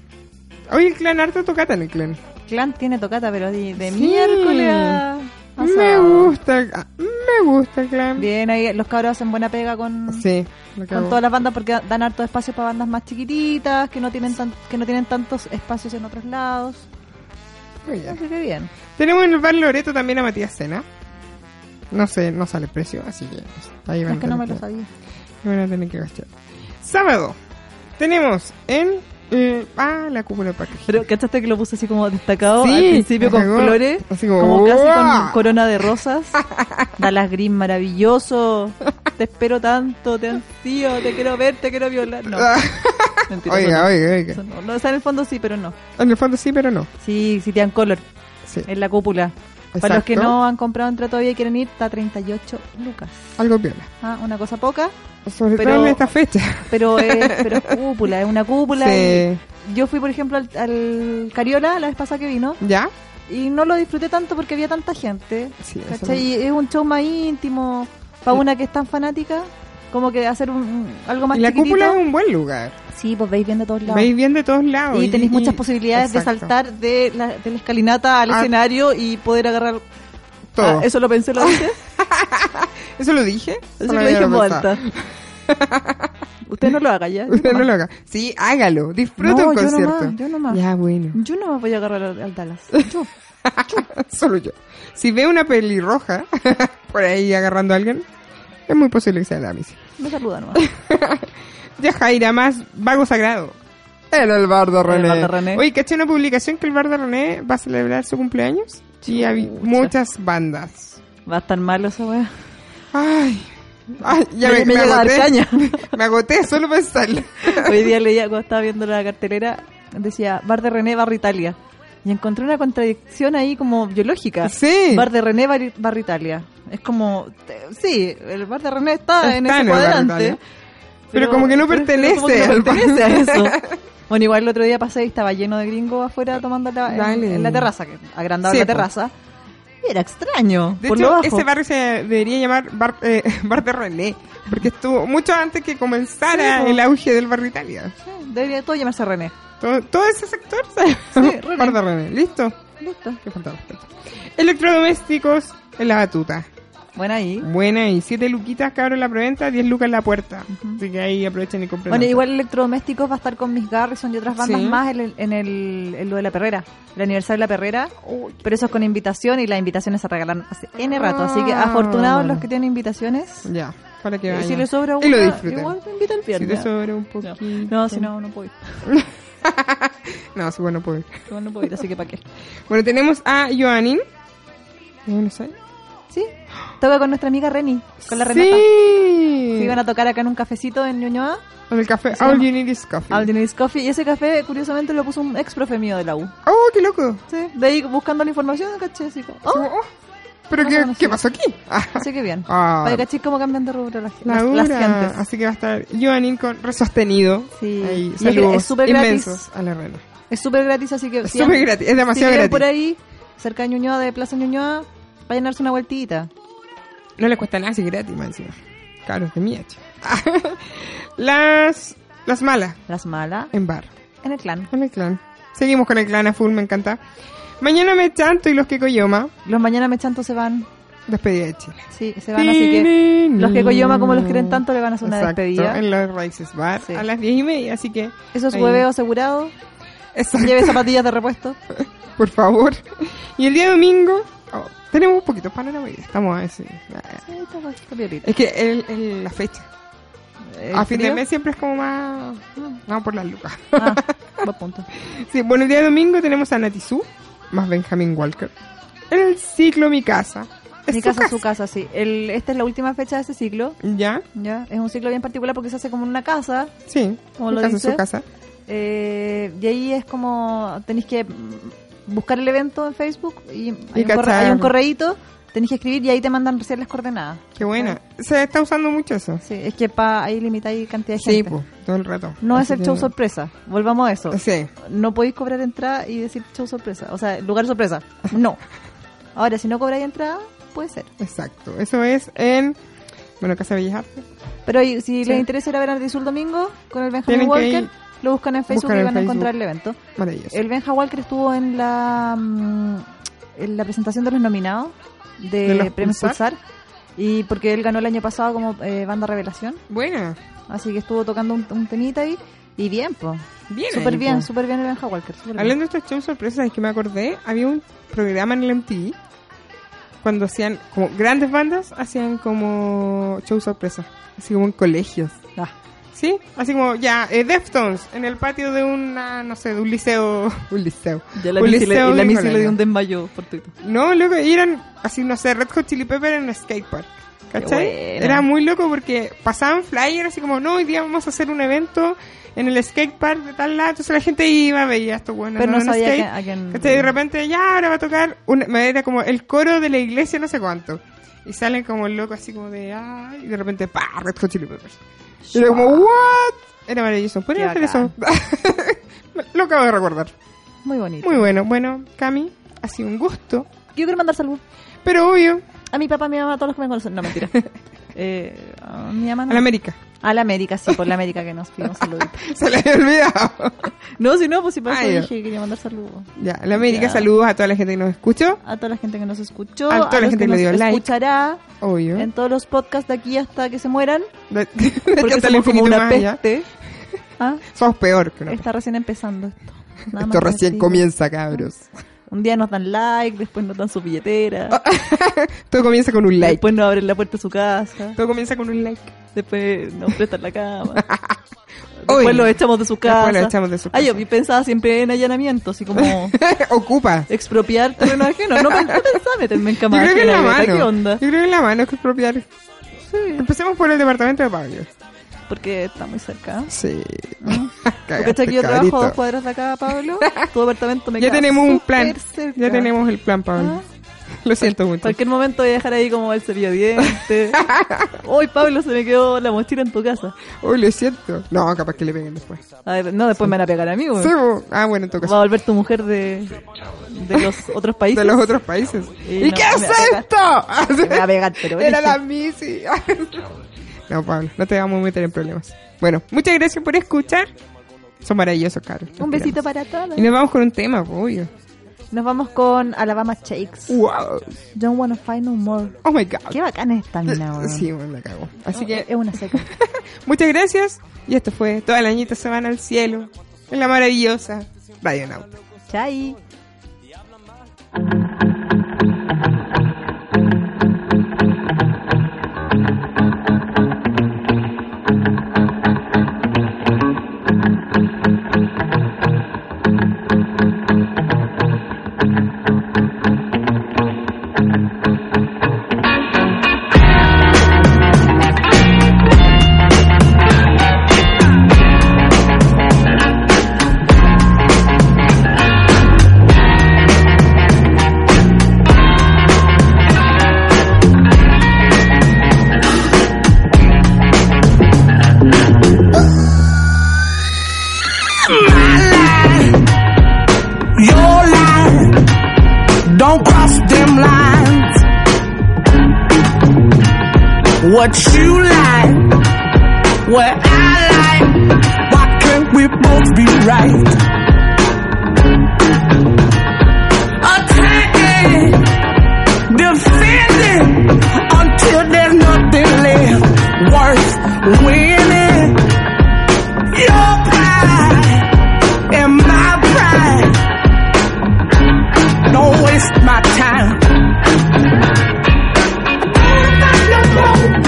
S2: Hoy el Clan harto tocata en el Clan.
S3: Clan tiene tocata, pero de, de
S2: Sí.
S3: miércoles a, a
S2: Me
S3: sábado.
S2: gusta, el- ah, me gusta el Clan.
S3: Bien, ahí los cabros hacen buena pega con,
S2: Sí, lo que
S3: con
S2: hago.
S3: todas las bandas porque dan harto espacio para bandas más chiquititas, que no tienen tan- que no tienen tantos espacios en otros lados.
S2: Muy bien.
S3: Así que bien.
S2: Tenemos en el bar Loreto también a Matías Cena. No sé, no sale el precio, así que ahí van,
S3: Es que no
S2: a
S3: me
S2: tener
S3: lo sabía.
S2: que- van a tener que gastar. Sábado, tenemos en. eh, ah, la cúpula de Parque.
S3: Pero ¿cachaste que lo puse así como destacado
S2: Sí,
S3: al principio con
S2: destacado.
S3: flores?
S2: Así como,
S3: casi
S2: ¡guau!
S3: con corona de rosas. *laughs* Dallas Green maravilloso. Te espero tanto, te ansío, te quiero ver, te quiero violar. No, mentira. eso
S2: Ah, oiga,
S3: no,
S2: oiga, oiga.
S3: eso no. No, o sea, en el fondo sí, pero no.
S2: En el fondo sí, pero no.
S3: Sí, sí te dan color
S2: Sí,
S3: en la cúpula. Eh, Para los que
S2: exacto.
S3: no han comprado entrada todavía y quieren ir, está a 38 lucas.
S2: Algo viola.
S3: Ah, una cosa poca,
S2: Sobre
S3: Pero-
S2: todo en esta fecha.
S3: pero es, *laughs* pero es cúpula, es una cúpula.
S2: Sí.
S3: y Yo fui, por ejemplo, al, al Cariola la vez pasada que vino
S2: ¿Ya?
S3: y no lo disfruté tanto porque había tanta gente.
S2: Sí, eso
S3: ¿cachai? Y Es un show más íntimo, para una que es tan fanática, como que hacer un- un, algo más
S2: Y la
S3: chiquitito.
S2: cúpula es un buen lugar.
S3: Sí, pues veis bien de todos lados.
S2: Veis bien de todos lados.
S3: y tenéis muchas posibilidades de
S2: exacto.
S3: saltar de la, de la escalinata al
S2: Ah.
S3: escenario y poder agarrar...
S2: Todo.
S3: Ah, eso lo pensé la vez.
S2: ¿Eso lo dije?
S3: Eso
S2: Solo
S3: lo
S2: había
S3: dije en voz
S2: pensado.
S3: alta. Usted no lo haga ya.
S2: *laughs*
S3: yo
S2: Usted no
S3: nomás.
S2: lo haga. Sí, hágalo. Disfruta
S3: No,
S2: el
S3: yo
S2: concierto.
S3: nomás, yo nomás.
S2: Ya, bueno. *laughs*
S3: Yo no me voy a agarrar al, al Dallas. Yo.
S2: Solo yo. Si ve una pelirroja *laughs* por ahí agarrando a alguien, es muy posible que sea la misa.
S3: Me saluda nomás.
S2: Ya Jaira más vago sagrado. En el bardo René.
S3: Bardo René.
S2: Oye, caché una publicación que el bardo René va a celebrar su cumpleaños. Y había
S3: Chucha.
S2: muchas bandas.
S3: *laughs* Va a estar malo esa *laughs* weá.
S2: Ay, ay, ya
S3: Me-
S2: me,
S3: me
S2: me
S3: llega
S2: agoté.
S3: Arcaña.
S2: *laughs* Me agoté solo pensarlo.
S3: Hoy día leía, cuando estaba viendo la cartelera, decía Bar de René, Bar Italia. Y encontré una contradicción ahí como
S2: *laughs*
S3: biológica.
S2: Sí.
S3: Bar de René, Bar, Bar Italia. Es como, te- sí, el Bar de René está,
S2: Está
S3: en ese
S2: en el Bar
S3: cuadrante.
S2: Italia. Pero como que no
S3: pero como que
S2: pertenece al
S3: no
S2: Bar.
S3: pertenece a eso.
S2: *laughs*
S3: Bueno, igual el otro día pasé y estaba lleno de gringos afuera tomando la, en,
S2: Dale.
S3: en la terraza, que agrandaba
S2: Sí, po.
S3: la terraza. Y era extraño,
S2: De
S3: por
S2: hecho,
S3: lo bajo.
S2: ese barrio se debería llamar bar, eh, *laughs* Bar de René, porque estuvo mucho antes que comenzara
S3: Sí, po.
S2: el auge del Bar Italia.
S3: Sí, Debería todo llamarse René.
S2: Todo, todo ese sector *laughs*
S3: Sí,
S2: se
S3: René.
S2: Bar de René. ¿Listo?
S3: Listo.
S2: Qué fantástico. Electrodomésticos en la batuta.
S3: Bueno, ahí.
S2: Buena, y 7 luquitas cabrón en la preventa, 10 lucas en la puerta. Así que ahí aprovechen y compren.
S3: Bueno,
S2: harto.
S3: igual Electrodomésticos va a estar con Miss Garrison y otras bandas
S2: Sí.
S3: más en, el, en el, en lo de la perrera, el aniversario de la perrera.
S2: Uy,
S3: Pero eso es con invitación y las invitaciones se regalan hace N rato. Así que
S2: Ah.
S3: afortunados los que tienen invitaciones.
S2: Ya, para que
S3: Eh,
S2: vayan.
S3: si les sobra
S2: y
S3: una,
S2: lo disfruten.
S3: igual te invita el
S2: si
S3: viernes.
S2: les sobra un poquito.
S3: no, si no, no puedo ir.
S2: no, sí, bueno, puede.
S3: Igual no puedo ir, así que ¿para qué?
S2: Bueno, tenemos a Joanin. ¿De Buenos Aires?
S3: Sí, toca con nuestra amiga Reni, con la Renata.
S2: Sí.
S3: Sí, van a tocar acá en un cafecito en Ñuñoa,
S2: Con el café
S3: Se
S2: All
S3: llama-
S2: You Need Is Coffee.
S3: al Diners Coffee. Y ese café, curiosamente, lo puso un ex profe mío de la U.
S2: ¡Oh, qué loco!
S3: Sí, de ahí buscando la información, caché, así como,
S2: Como,
S3: oh,
S2: oh, ¿Pero
S3: No
S2: qué,
S3: conocía.
S2: qué pasó aquí? Ah,
S3: Así que bien.
S2: Ah.
S3: Para que caché cómo cambian de rubro las,
S2: la
S3: las, las
S2: dura.
S3: gentes.
S2: Así que va a estar Joanín con resostenido.
S3: Sí. Y
S2: Ahí,
S3: es-
S2: saludos
S3: es súper gratis.
S2: inmensos a la reina.
S3: Es súper gratis, así que.
S2: Es
S3: si
S2: súper
S3: han-
S2: gratis, es demasiado
S3: si
S2: gratis.
S3: viven por ahí, cerca de Ñuñoa, de Plaza Ñuñoa, vayan a darse una vueltita.
S2: No le cuesta nada, si es gratis, más encima. Caros de mía, *laughs* Las, las malas
S3: Las malas,
S2: en bar.
S3: en el clan.
S2: Con el clan. Seguimos con el clan a full, me encanta. Mañana me chanto y los que coyoma.
S3: Los mañana mechantos se van.
S2: Despedida de Chile.
S3: Sí, se van, así que. Los que Coyoma, como los quieren tanto, le van a hacer una
S2: Exacto,
S3: despedida.
S2: En los Raíces Bar
S3: Sí.
S2: a las diez y media, así que.
S3: Eso es
S2: ahí.
S3: hueveo asegurado.
S2: Exacto.
S3: Lleve zapatillas de *laughs* repuesto.
S2: *laughs* por favor. Y el día domingo oh, tenemos un poquito para la Estamos a ese.
S3: Sí, está bueno, está piolita.
S2: Es que el, el- la fecha.
S3: Eh,
S2: a fin de
S3: frío.
S2: mes siempre es como más. No, por las lucas.
S3: *laughs* Ah, buen punto.
S2: Sí, bueno, el día domingo tenemos a Natizú, más Benjamin Walker. En el ciclo Mi Casa. Es
S3: Mi
S2: su
S3: casa, su casa, sí. El, esta es la última fecha de ese ciclo.
S2: ¿Ya?
S3: Ya, es un ciclo bien particular porque se hace como en una casa,
S2: Sí.
S3: ¿Cómo
S2: Mi
S3: lo
S2: casa es
S3: dice?
S2: su casa.
S3: Eh, y ahí es como tenéis que mm, buscar el evento en Facebook y hay, un, corre-
S2: cachar.
S3: hay un correíto, tenéis que escribir y ahí te mandan recién las coordenadas.
S2: Qué buena.
S3: Ah.
S2: Se está usando mucho eso.
S3: Sí, es que pa, ahí limitáis cantidad de
S2: Sí,
S3: gente.
S2: pues, todo el rato.
S3: no es
S2: Así
S3: el show
S2: que-
S3: sorpresa, volvamos a eso.
S2: Sí.
S3: No podéis cobrar entrada y decir show sorpresa, o sea, lugar sorpresa. No. Ahora, si no cobráis entrada, puede ser.
S2: Exacto, eso es en, bueno, Casa Bellas Artes.
S3: Pero ahí,
S2: Sí.
S3: si les interesa ir a ver a Ardizul domingo con el Benjamin
S2: Tienen que
S3: Walker,
S2: ir.
S3: lo buscan en Facebook
S2: Buscan
S3: y
S2: en
S3: van a encontrar el
S2: Facebook.
S3: evento.
S2: Maravilloso.
S3: El Benja Walker estuvo en la mm, en la presentación de los nominados de,
S2: ¿De los
S3: Premios Pulsar?
S2: Pulsar?
S3: y porque él ganó el año pasado como eh, banda revelación,
S2: Buena,
S3: así que estuvo tocando un, un temita ahí y bien, pues.
S2: bien.
S3: Súper
S2: ahí,
S3: bien,
S2: po.
S3: súper bien el Benja Walker. súper bien.
S2: Hablando de estos shows sorpresas, es que me acordé, había un programa en el MTV cuando hacían, como grandes bandas, hacían como shows sorpresas, así como en colegios.
S3: Ah,
S2: ¿Sí? Así como, ya, eh, Deftones, en el patio de una, no sé, de un liceo. Un liceo.
S3: ya la
S2: un
S3: Missy le,
S2: liceo
S3: y la
S2: de
S3: Missy le dio
S2: colegio.
S3: un desmayo por Twitter.
S2: No, loco, y eran así, no sé, Red Hot Chili Pepper en skatepark. ¿Cachai?
S3: Qué buena.
S2: Era muy loco porque pasaban flyers así como, no, hoy día vamos a hacer un evento en el skatepark de tal lado. Entonces la gente iba, veía esto bueno.
S3: Pero no
S2: En
S3: sabía
S2: skate.
S3: que- mm. a quién-
S2: ¿Cachai? De repente, ya, ahora va a tocar, una, era como el coro de la iglesia, no sé cuánto. Y salen como locos así como de, ay, y de repente, pa, Red Hot Chili Peppers. Y era como, what? Era maravilloso. Podría hacer
S3: Qué
S2: eso. *laughs* Lo acabo de recordar.
S3: Muy bonito.
S2: Muy bueno. Bueno, Cami, ha sido un gusto.
S3: Yo quiero mandar salud
S2: Pero obvio,
S3: a mi papá, a mi mamá, a todos los que me conocen.
S2: *laughs*
S3: No, mentira. Eh, a mi mamá no.
S2: a la
S3: *laughs*
S2: América.
S3: A la América, sí, por la América que nos pidieron saludito.
S2: *laughs* Se le había olvidado.
S3: No, si no, pues si para
S2: Ah,
S3: eso
S2: ya.
S3: dije que quería mandar saludos.
S2: Ya, la América,
S3: Ya.
S2: saludos a toda la gente que nos escuchó.
S3: A toda la gente que nos escuchó,
S2: A toda la
S3: los
S2: gente que
S3: nos
S2: le dio like.
S3: escuchará
S2: Obvio. *laughs*
S3: en todos los podcasts de aquí hasta que se mueran,
S2: De-
S3: porque
S2: hasta el
S3: somos como
S2: infinito
S3: una
S2: más allá.
S3: peste. Ah,
S2: Somos peor que una
S3: está recién
S2: *laughs*
S3: empezando esto.
S2: peste.
S3: Nada
S2: Esto
S3: más
S2: recién
S3: decir.
S2: comienza, cabros.
S3: Un día nos dan like, después nos dan su billetera,
S2: Todo comienza con un Ah, like.
S3: después nos abren la puerta de su casa,
S2: Todo comienza con un like.
S3: después nos prestan
S2: *laughs*
S3: la cama,
S2: Oye.
S3: después los echamos de su casa.
S2: Después los echamos de su
S3: Ah, yo
S2: casa.
S3: pensaba siempre en allanamiento,
S2: *laughs*
S3: así como
S2: *laughs* Ocupa.
S3: expropiar terreno ajeno. No, pen- no pensaba meterme en
S2: Yo
S3: cama
S2: creo que en
S3: ajena,
S2: la
S3: Greta,
S2: mano.
S3: ¿Qué onda?
S2: Yo creo que en la mano es que expropiar. Empecemos por el departamento de Pablo.
S3: porque está muy cerca.
S2: Sí.
S3: Ah. Porque
S2: *laughs* Cagaste,
S3: está aquí yo
S2: cabrito.
S3: trabajo a dos cuadras de acá,
S2: *laughs*
S3: Pablo. Tu apartamento me
S2: Ya
S3: queda
S2: tenemos un
S3: súper
S2: plan.
S3: cerca. Ah.
S2: Ya tenemos el plan, Pablo. Lo siento mucho.
S3: Cualquier momento voy a dejar ahí como el servidiente. Hoy Pablo se me quedó la mochila en tu casa.
S2: Uy, lo siento. No, capaz que le peguen después.
S3: A ver, no, después me van a pegar a mí, güey.
S2: Sí, bo- Ah, bueno, en todo
S3: Va a
S2: caso.
S3: volver tu mujer de, de los otros países.
S2: De los otros países.
S3: Y
S2: ¿Y,
S3: no,
S2: qué
S3: me
S2: es
S3: va a pegar.
S2: esto?
S3: Me va a pegar, pero
S2: Era la
S3: brígido.
S2: misi. *laughs* no, Pablo, no te vamos a meter en problemas. Bueno, muchas gracias por escuchar. Son maravillosos, Carlos.
S3: Un besito para todos.
S2: Y nos vamos con un tema, po, obvio.
S3: Nos vamos con Alabama Shakes.
S2: Wow.
S3: Don't wanna find no more.
S2: Oh my god.
S3: Qué bacana esta mina, güey.
S2: Eh, Sí, bueno, la cago. Así
S3: Es
S2: que,
S3: es
S2: *laughs*
S3: una seca.
S2: muchas gracias. Y esto fue Toda la añita se van al cielo. En la maravillosa Radio Nauta.
S3: Chai.
S5: Your line, don't cross them lines. What you like, what I like, why can't we both be right? Attacking, defending, until there's nothing left worth winning. Your pride and my pride don't waste my time. No more.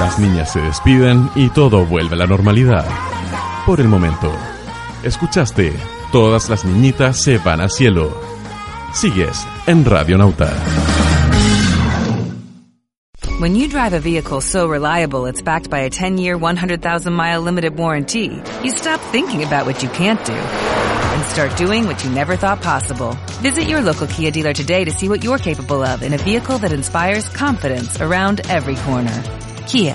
S8: Las niñas se despiden y todo vuelve a la normalidad. Por el momento, escuchaste, todas las niñitas se van al cielo. Sigues en Radio Nauta.
S3: When you drive a vehicle so reliable it's backed by a 10 year, 100,000 mile limited warranty, you stop thinking about what you can't do and start doing what you never thought possible. Visit your local Kia dealer today to see what you're capable of in a vehicle that inspires confidence around every corner. Kia,